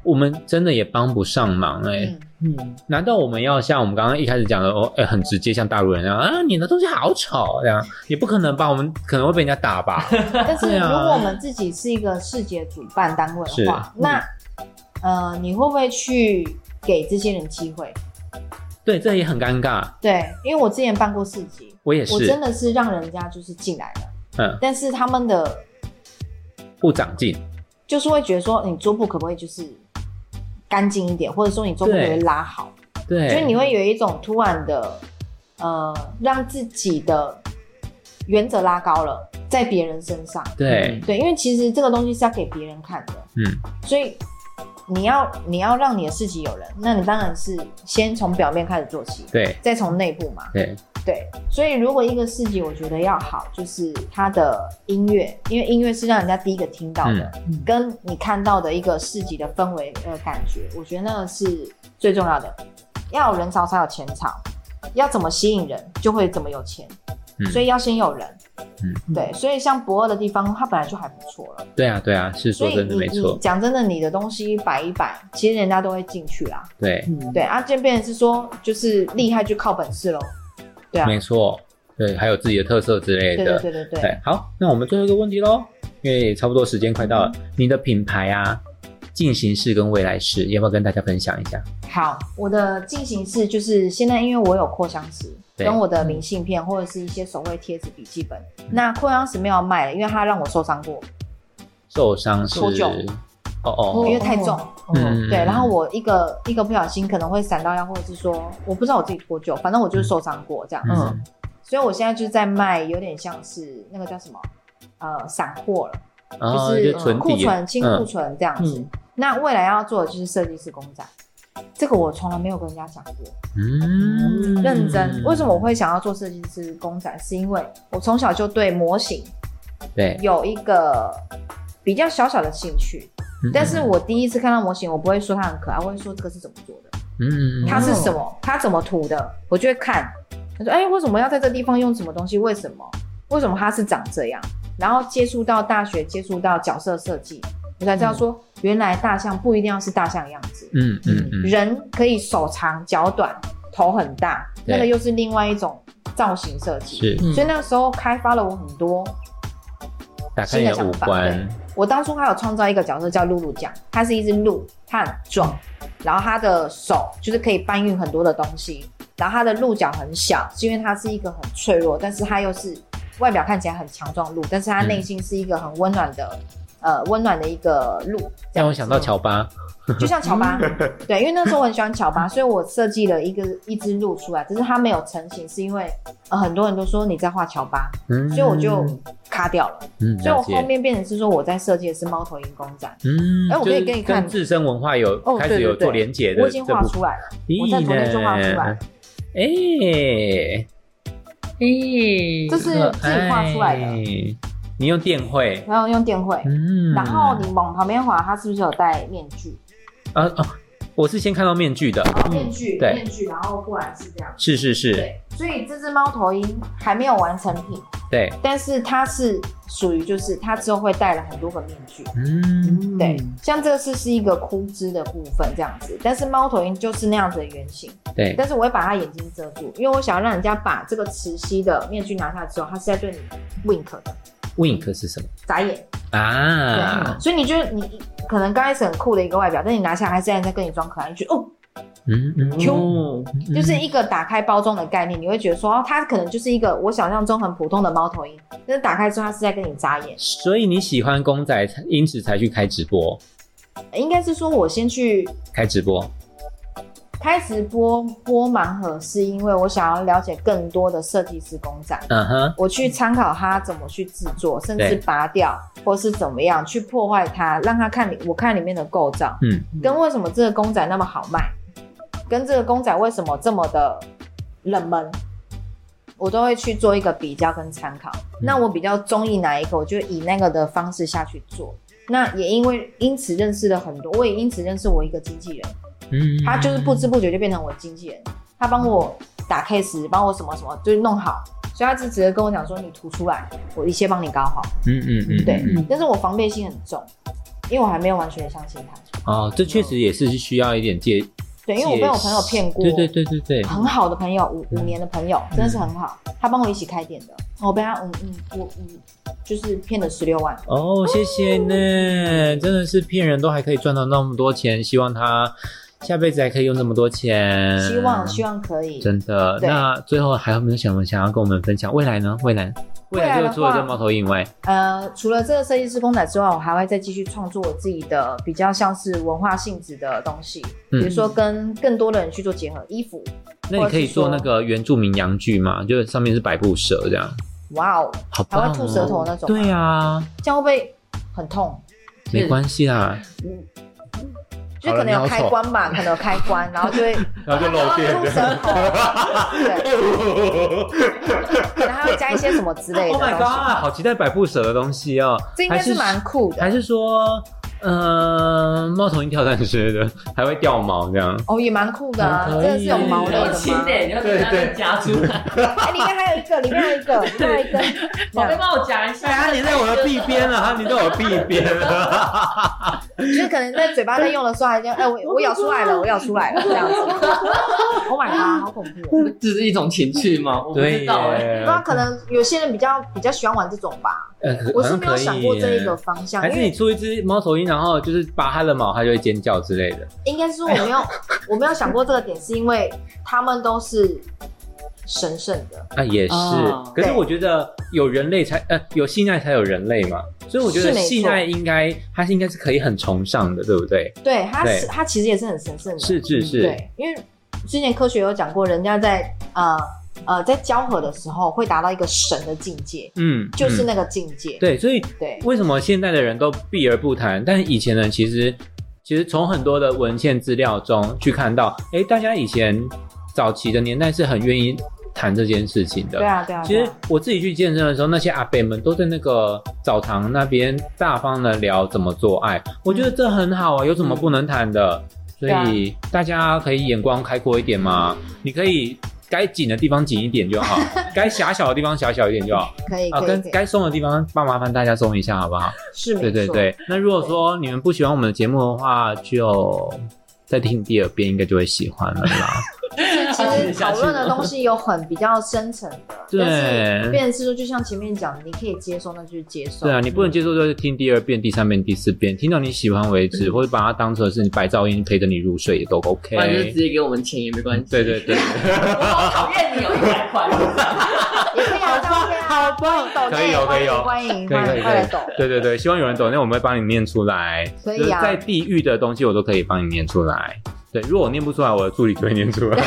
Speaker 1: 我们真的也帮不上忙哎、
Speaker 4: 嗯，
Speaker 2: 嗯，
Speaker 1: 难道我们要像我们刚刚一开始讲的哦，哎、很直接，像大陆人那样啊，你的东西好丑啊这样，也不可能吧？我们可能会被人家打吧？
Speaker 4: 但是
Speaker 1: 对
Speaker 4: 如
Speaker 1: 啊
Speaker 4: 果我们自己是一个世界主办单位的话，
Speaker 2: 是
Speaker 4: 那呃，你会不会去给这些人机会？
Speaker 1: 对，这也很尴尬。
Speaker 4: 对，因为我之前办过市集，
Speaker 1: 我也
Speaker 4: 我
Speaker 1: 是
Speaker 4: 真，的是让人家就是进来了，
Speaker 1: 嗯，
Speaker 4: 但是他们的
Speaker 1: 不长进，
Speaker 4: 就是会觉得说，你桌布可不可以就是干净一点，或者说你桌布可不可以
Speaker 1: 对
Speaker 4: 拉好？
Speaker 1: 对，
Speaker 4: 就是你会有一种突然的，呃，让自己的原则拉高了，在别人身上。
Speaker 1: 对，
Speaker 4: 对，因为其实这个东西是要给别人看的，
Speaker 1: 嗯，
Speaker 4: 所以你要你要让你的事情有人，那你当然是先从表面开始做起，
Speaker 1: 对，
Speaker 4: 再从内部嘛。
Speaker 1: 对，
Speaker 4: 对，所以如果一个市集，我觉得要好，就是它的音乐，因为音乐是让人家第一个听到的，
Speaker 2: 嗯
Speaker 4: 跟你看到的一个市集的氛围呃感觉，我觉得那个是最重要的。要有人潮才有钱潮，要怎么吸引人，就会怎么有钱，
Speaker 1: 嗯
Speaker 4: 所以要先有人。
Speaker 1: 嗯
Speaker 4: 对，所以像博二的地方，它本来就还不错了。
Speaker 1: 对啊，对啊，是
Speaker 4: 所
Speaker 1: 说
Speaker 4: 以
Speaker 1: 真的
Speaker 4: 你
Speaker 1: 没
Speaker 4: 你
Speaker 1: 错，
Speaker 4: 讲真的，你的东西摆一摆，其实人家都会进去啦。
Speaker 1: 对，
Speaker 2: 嗯，
Speaker 4: 对啊，就变成是说，就是厉害就靠本事喽。对啊，
Speaker 1: 没错，对，还有自己的特色之类
Speaker 4: 对
Speaker 1: 的，
Speaker 4: 对对对对。
Speaker 1: 对，好，那我们最后一个问题喽，因为也差不多时间快到了，
Speaker 4: 嗯
Speaker 1: 你的品牌啊，进行式跟未来式，要不要跟大家分享一下？
Speaker 4: 好，我的进行式就是现在，因为我有扩香石
Speaker 1: 对
Speaker 4: 跟我的明信片或者是一些手绘贴纸、笔记本。那扩香石没有卖了，因为它让我受伤过，
Speaker 1: 受伤是
Speaker 4: 多久
Speaker 1: 哦哦，
Speaker 4: 因为太重。
Speaker 2: 嗯，
Speaker 1: 嗯
Speaker 4: 对，然后我一个一个不小心可能会闪到腰，或者是说我不知道我自己多久，反正我就是受伤过这样子。
Speaker 1: 嗯
Speaker 4: 所以我现在就是在卖，有点像是那个叫什么，呃，散货了，
Speaker 1: 然后
Speaker 4: 是呃
Speaker 1: 就哦存
Speaker 4: 库
Speaker 1: 底
Speaker 4: 存、清库
Speaker 1: 嗯
Speaker 4: 存这样子。
Speaker 2: 嗯
Speaker 4: 那未来要做的就是设计师公仔，这个我从来没有跟人家讲过。
Speaker 1: 嗯，
Speaker 4: 认真，为什么我会想要做设计师公仔？是因为我从小就对模型
Speaker 1: 对？
Speaker 4: 有一个比较小小的兴趣，
Speaker 1: 嗯
Speaker 4: 但是我第一次看到模型，我不会说它很可爱，我会说这个是怎么做的。
Speaker 1: 嗯，
Speaker 4: 它是什么，它怎么涂的，我就会看。他说：“哎、为什么要在这地方用什么东西？为什么？为什么它是长这样？”然后接触到大学，接触到角色设计，我才知道说，原来大象不一定要是大象的样子，
Speaker 1: 嗯嗯嗯，
Speaker 4: 人可以手长脚短，头很大，
Speaker 1: 对
Speaker 4: 那个又是另外一种造型设
Speaker 1: 是
Speaker 4: 计。
Speaker 2: 嗯
Speaker 4: 所以那个时候开发了我很多。
Speaker 1: 打开你的五官，
Speaker 4: 我当初还有创造一个角色叫露露酱，它是一只鹿，它很壮，然后它的手就是可以搬运很多的东西，然后它的鹿角很小，是因为它是一个很脆弱，但是它又是外表看起来很强壮鹿，但是它
Speaker 1: 嗯
Speaker 4: 内心是一个很温暖的，呃，温暖的一个鹿。这
Speaker 1: 让
Speaker 4: 样子
Speaker 1: 我想到乔巴， <laughs>
Speaker 4: 就像乔巴，对，因为那时候我很喜欢乔巴，所以我设计了一个一只鹿出来，只是它没有成型，是因为呃很多人都说你在画乔巴，
Speaker 1: 嗯，
Speaker 4: 所以我就卡掉了，
Speaker 1: 嗯
Speaker 4: 所以我
Speaker 1: 了
Speaker 4: 后
Speaker 1: 解，
Speaker 4: 面变成是说我在设计的是猫头鹰公仔，
Speaker 1: 嗯，
Speaker 4: 哎我可以
Speaker 1: 就是
Speaker 4: 给你看
Speaker 1: 跟自身文化有
Speaker 4: 哦
Speaker 1: 开始
Speaker 4: 对
Speaker 1: 有
Speaker 4: 对对
Speaker 1: 做连结的，
Speaker 4: 我已经画出来了，
Speaker 1: 这部
Speaker 4: 我在昨天就画出来了，
Speaker 1: 咦呢哎，
Speaker 2: 咦，
Speaker 4: 这是自己画出来的，
Speaker 1: 哎你用电绘，
Speaker 4: 然后用电绘，
Speaker 1: 嗯，
Speaker 4: 然后你往旁边滑，它是不是有戴面具？
Speaker 1: 啊啊，我是先看到面具的，
Speaker 4: 面具，
Speaker 1: 嗯对
Speaker 4: 面具，然后过来是这样。
Speaker 1: 是是是，
Speaker 4: 对，所以这只猫头鹰还没有完成品，
Speaker 1: 对，
Speaker 4: 但是它是属于就是它之后会戴了很多个面具。
Speaker 1: 嗯，
Speaker 4: 对，像这次是一个枯枝的部分这样子，但是猫头鹰就是那样子的原型，
Speaker 1: 对，
Speaker 4: 但是我会把它眼睛遮住，因为我想要让人家把这个磁吸的面具拿下之后，它是在对你 wink 的
Speaker 1: wink 是什么
Speaker 4: 眨眼，对，
Speaker 1: 啊？
Speaker 4: 所以你觉得你可能刚开始很酷的一个外表，但你拿下来，它现在在跟你装可爱，你觉得哦，
Speaker 1: 嗯嗯，
Speaker 2: 哦，
Speaker 1: 嗯
Speaker 4: 就是一个打开包装的概念，你会觉得说，哦，它可能就是一个我想象中很普通的猫头鹰，但是打开之后，它是在跟你眨眼。
Speaker 1: 所以你喜欢公仔，才因此才去开直播，
Speaker 4: 应该是说我先去
Speaker 1: 开直播，
Speaker 4: 开直播播盲盒，是因为我想要了解更多的设计师公仔，
Speaker 1: 嗯哼，
Speaker 4: 我去参考它怎么去制作，甚至
Speaker 1: 对
Speaker 4: 拔掉或是怎么样去破坏它，让它看里我看里面的构造，
Speaker 1: 嗯，
Speaker 4: 跟为什么这个公仔那么好卖，跟这个公仔为什么这么的冷门。我都会去做一个比较跟参考，
Speaker 1: 嗯
Speaker 4: 那我比较中意哪一个，我就以那个的方式下去做。那也因为因此认识了很多，我也因此认识我一个经纪人，
Speaker 1: 嗯，
Speaker 4: 他就是不知不觉就变成我经纪人，他帮我打 case，帮我什么什么，就是弄好。所以他就直接跟我讲说，你涂出来，我一切帮你搞好。
Speaker 1: 嗯，嗯嗯嗯，
Speaker 4: 对，
Speaker 1: 嗯
Speaker 4: 但是我防备心很重，因为我还没有完全的相信他。
Speaker 1: 哦，这确实也是需要一点戒，
Speaker 4: 对，因为我被我朋友骗过，啊
Speaker 1: 对对嗯对对对，
Speaker 4: 很好的朋友，五五年的朋友，真的是很好。
Speaker 1: 嗯
Speaker 4: 他帮我一起开店的，我被他嗯嗯我嗯就是骗了十六万。
Speaker 1: 哦，谢谢
Speaker 4: 哦
Speaker 1: 呢，真的是骗人都还可以赚到那么多钱，希望他下辈子还可以用这么多钱，
Speaker 4: 希望希望可以，
Speaker 1: 嗯真的。
Speaker 4: 对
Speaker 1: 那最后还有没有什么想要跟我们分享？未来呢？未来，未
Speaker 4: 来
Speaker 1: 来
Speaker 4: 的
Speaker 1: 就除了
Speaker 4: 话
Speaker 1: 这猫头鹰以外，
Speaker 4: 呃，除了这个设计师公仔之外，我还会再继续创作我自己的比较像是文化性质的东西，
Speaker 1: 嗯
Speaker 4: 比如说跟更多的人去做结合，衣服，
Speaker 1: 那你可以做
Speaker 4: 或者
Speaker 1: 那
Speaker 4: 是说
Speaker 1: 个原住民洋剧嘛，就是上面是白布蛇这样，
Speaker 4: 哇哦，
Speaker 1: 好
Speaker 4: 还
Speaker 1: 棒、哦，
Speaker 4: 会吐舌头那种，
Speaker 1: 对，啊，
Speaker 4: 这样会不会很痛？
Speaker 1: 没关系啦，
Speaker 4: 就可能有开关吧，可能有开关，然后就会
Speaker 5: 然后就露
Speaker 4: 然
Speaker 5: 电
Speaker 4: 后
Speaker 1: <laughs>
Speaker 4: 吐舌头，对，哦可能还会加一些什么之类的
Speaker 1: Oh
Speaker 4: 东
Speaker 1: my
Speaker 4: 西
Speaker 1: god！好期待百步蛇的东西哦，
Speaker 4: 这应该是蛮酷
Speaker 1: 还
Speaker 4: 的，
Speaker 1: 是说，呃，猫头鹰跳蛋之类的， <laughs> 还会掉毛这样。
Speaker 4: 哦，也蛮酷的啊，
Speaker 1: 可以
Speaker 4: 这个是有毛类
Speaker 2: 有
Speaker 4: 的
Speaker 2: 钱
Speaker 4: 吗
Speaker 2: 的，？你要给他再夹出来。
Speaker 4: 哎，里面还有一个，里面还有一个，里面还有一根，这
Speaker 2: 宝贝，
Speaker 4: 样
Speaker 2: 帮我夹一下。
Speaker 4: 啊
Speaker 1: 哎，它粘在我的臂边 <laughs> 了，它粘在我的臂边啊了。
Speaker 4: <laughs> 就是可能在嘴巴在用的时候还这样，哎、我我咬出来了，我咬出来了这样子。Oh my god，好恐怖、哦！
Speaker 2: 这是一种情趣吗？我不
Speaker 1: 对
Speaker 2: 知
Speaker 1: 耶，
Speaker 2: 道哎、
Speaker 4: 那可能有些人比较比较喜欢玩这种吧，
Speaker 1: 呃可
Speaker 4: 我是没
Speaker 1: 好
Speaker 4: 有
Speaker 1: 像可
Speaker 4: 想
Speaker 1: 以
Speaker 4: 过这一
Speaker 1: 耶
Speaker 4: 个方向，
Speaker 1: 还
Speaker 4: 因
Speaker 1: 是你
Speaker 4: 为
Speaker 1: 出一只猫头鹰，然后就是拔它的毛，它就会尖叫之类的。
Speaker 4: 应该是说
Speaker 1: <laughs>
Speaker 4: 我没有我没有想过这个点，是因为他们都是神圣的，
Speaker 1: 啊，也是
Speaker 2: 哦。
Speaker 1: 可是
Speaker 4: 对
Speaker 1: 我觉得有人类才呃有性爱才有人类嘛，所以我觉得
Speaker 4: 是没错
Speaker 1: 性爱应该它是应该是可以很崇尚的，对不对？
Speaker 4: 对，它
Speaker 1: 对
Speaker 4: 是它其实也是很神圣的，
Speaker 1: 是是是，
Speaker 4: 对，因为之前科学有讲过，人家在呃呃在交合的时候会达到一个神的境界，
Speaker 1: 嗯，
Speaker 4: 就是
Speaker 1: 嗯
Speaker 4: 那个境界，
Speaker 1: 对，所以
Speaker 4: 对
Speaker 1: 为什么现在的人都避而不谈？但以前人其实其实从很多的文献资料中去看到，哎，大家以前早期的年代是很愿意谈这件事情的。
Speaker 4: 对啊对啊，
Speaker 1: 其
Speaker 4: 对
Speaker 1: 实
Speaker 4: 啊
Speaker 1: 我自己去健身的时候，那些阿伯们都在那个澡堂那边大方的聊怎么做爱，我
Speaker 4: 嗯
Speaker 1: 觉得这很好啊，有什么不能谈的？所以
Speaker 4: 啊
Speaker 1: 大家可以眼光开阔一点嘛，你可以该紧的地方紧一点就
Speaker 4: <laughs>
Speaker 1: 好，该狭小的地方狭小一点就好
Speaker 4: 可以
Speaker 1: 啊，
Speaker 4: 可以
Speaker 1: 跟
Speaker 4: 可以，
Speaker 1: 该松的地方帮麻烦大家松一下好不好？
Speaker 4: 是没
Speaker 1: 对
Speaker 4: 错，
Speaker 1: 对对，那如果说你们不喜欢我们的节目的话，就再听第二遍，应该就会喜欢了啦。
Speaker 4: 其实讨论的东西有很比较深层的，但是
Speaker 1: 对
Speaker 4: 变成是说，就像前面讲的，你可以接受，那就是接受。
Speaker 1: 对啊，你不能接受就是听第二遍、第三遍、第四遍，听到你喜欢为止，或者把它当成是你白噪音陪着你入睡也都
Speaker 2: 不然就是
Speaker 1: OK
Speaker 2: 直。接给我们钱也没关系。
Speaker 1: 对对对，
Speaker 2: 我好讨厌你有一百块。
Speaker 4: 也可以啊，当然好棒，抖
Speaker 1: 可以哦可以哦
Speaker 4: 欢迎
Speaker 1: 可以可
Speaker 4: 欢迎，欢
Speaker 1: 以
Speaker 4: 迎
Speaker 1: 可
Speaker 4: 快
Speaker 1: 以
Speaker 4: 来抖。
Speaker 1: 对对对，希望有人懂，那我们会帮你念出来。
Speaker 4: 可以啊
Speaker 1: 就是在地狱的东西我都可以帮你念出来。对，如果我念不出来，我的助理就会念出来。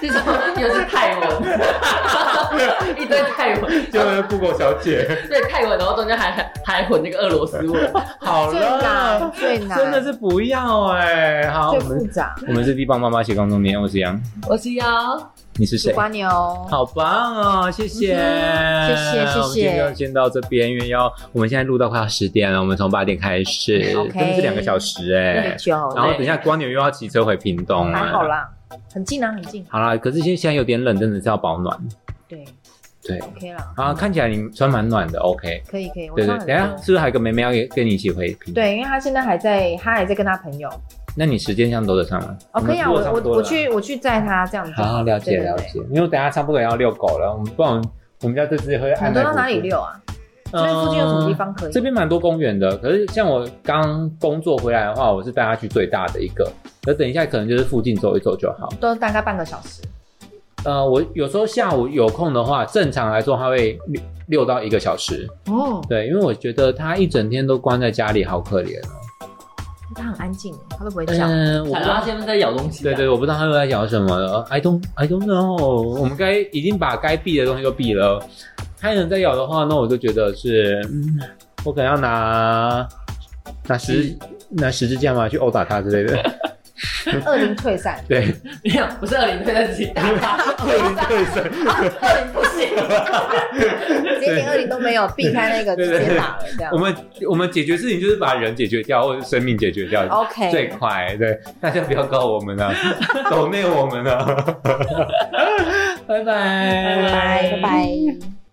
Speaker 2: 就是又是泰文， <laughs> 一堆泰文，
Speaker 1: 就是 Google 小
Speaker 2: <laughs>
Speaker 1: 姐，
Speaker 2: 对泰文，然后中间还还还混那个俄罗斯文，
Speaker 1: 好
Speaker 4: 最难
Speaker 1: 了，
Speaker 4: 最难，
Speaker 1: 啊真的是不要哎、好，
Speaker 4: 最
Speaker 1: 我
Speaker 4: 复
Speaker 1: 们
Speaker 4: 杂。
Speaker 1: 我们是地棒妈妈斜杠中年，我是杨，
Speaker 2: 我是要
Speaker 1: 你是
Speaker 4: 喜
Speaker 1: 谁？
Speaker 4: 欢你哦，
Speaker 1: 好棒哦，谢谢，
Speaker 4: 嗯哼谢谢谢谢
Speaker 1: 我们今天就先到这边，因为要我们现在录到快要十点了，我们从八点开始，
Speaker 4: 嗯 OK
Speaker 1: 真的是两个小时哎、
Speaker 4: 很久
Speaker 1: 然后等一下光牛又要骑车回屏东
Speaker 4: 还好
Speaker 1: 了。
Speaker 4: 啦，很近啊，很近。
Speaker 1: 好啦，可是现现在有点冷，真的是要保暖。
Speaker 4: 对
Speaker 1: 对
Speaker 4: ，OK 啦，
Speaker 1: 啊，看起来你穿蛮暖的，OK。
Speaker 4: 可以可以，我
Speaker 1: 对对，
Speaker 4: 穿
Speaker 1: 等
Speaker 4: 很
Speaker 1: 一下
Speaker 4: 多。
Speaker 1: 是不是还有个妹妹要跟跟你一起回屏？，
Speaker 4: 对，因为他现在还在，他还在跟他朋友。哦
Speaker 1: 那你时间上都得上吗？
Speaker 4: 哦，可以啊，
Speaker 1: 们
Speaker 4: 我
Speaker 1: 如果差不
Speaker 4: 我
Speaker 1: 多
Speaker 4: 我
Speaker 1: 了
Speaker 4: 去我去载他这样子。
Speaker 1: 好，了解
Speaker 4: 对对
Speaker 1: 了
Speaker 4: 对
Speaker 1: 解，因为我等下差不多也要遛狗了，我们不然我们我们家这只会
Speaker 4: 你
Speaker 1: 按
Speaker 4: 都
Speaker 1: 在
Speaker 4: 到
Speaker 1: 路
Speaker 4: 哪里
Speaker 1: 边？
Speaker 4: 遛啊？那附近有什么地
Speaker 1: 嗯
Speaker 4: 方可以？
Speaker 1: 这边蛮多公园的，可是像我刚工作回来的话，我是带他去最大的一个。那等一下可能就是附近走一走就好。
Speaker 4: 都大概半个小时。
Speaker 1: 呃，我有时候下午有空的话，正常来说他会六六到一个小时。
Speaker 4: 哦，
Speaker 1: 对，因为我觉得他一整天都关在家里，好可怜哦。
Speaker 4: 他很安静，他都不会叫。
Speaker 1: 嗯，我不
Speaker 2: 彩
Speaker 1: 知
Speaker 2: 拉
Speaker 1: 道。
Speaker 2: 现在在咬东西、啊
Speaker 1: 对对，，我不知道他又在讲什么了。I don't I don't know。我们该已经把该避的东西都避了。他能再咬的话，那我就觉得是，嗯，我可能要拿拿十拿十字架嘛去殴打他之类的。
Speaker 4: 恶灵退散，
Speaker 1: <laughs> 对，
Speaker 2: <laughs> 没有，不是二 <laughs> 零对，在自己打他，
Speaker 1: 对对
Speaker 2: 二零不行，
Speaker 4: 直接连恶灵都没有，避开那个
Speaker 1: 对
Speaker 4: 直
Speaker 1: 对对
Speaker 4: 接打了这样
Speaker 1: 我。们我们解决事情就是把人解决掉，或者生命解决掉。
Speaker 4: OK，
Speaker 1: 最快，对，大家不要告我们啊， <laughs> 抖内我们啊，拜拜，嗯
Speaker 4: 拜拜拜拜。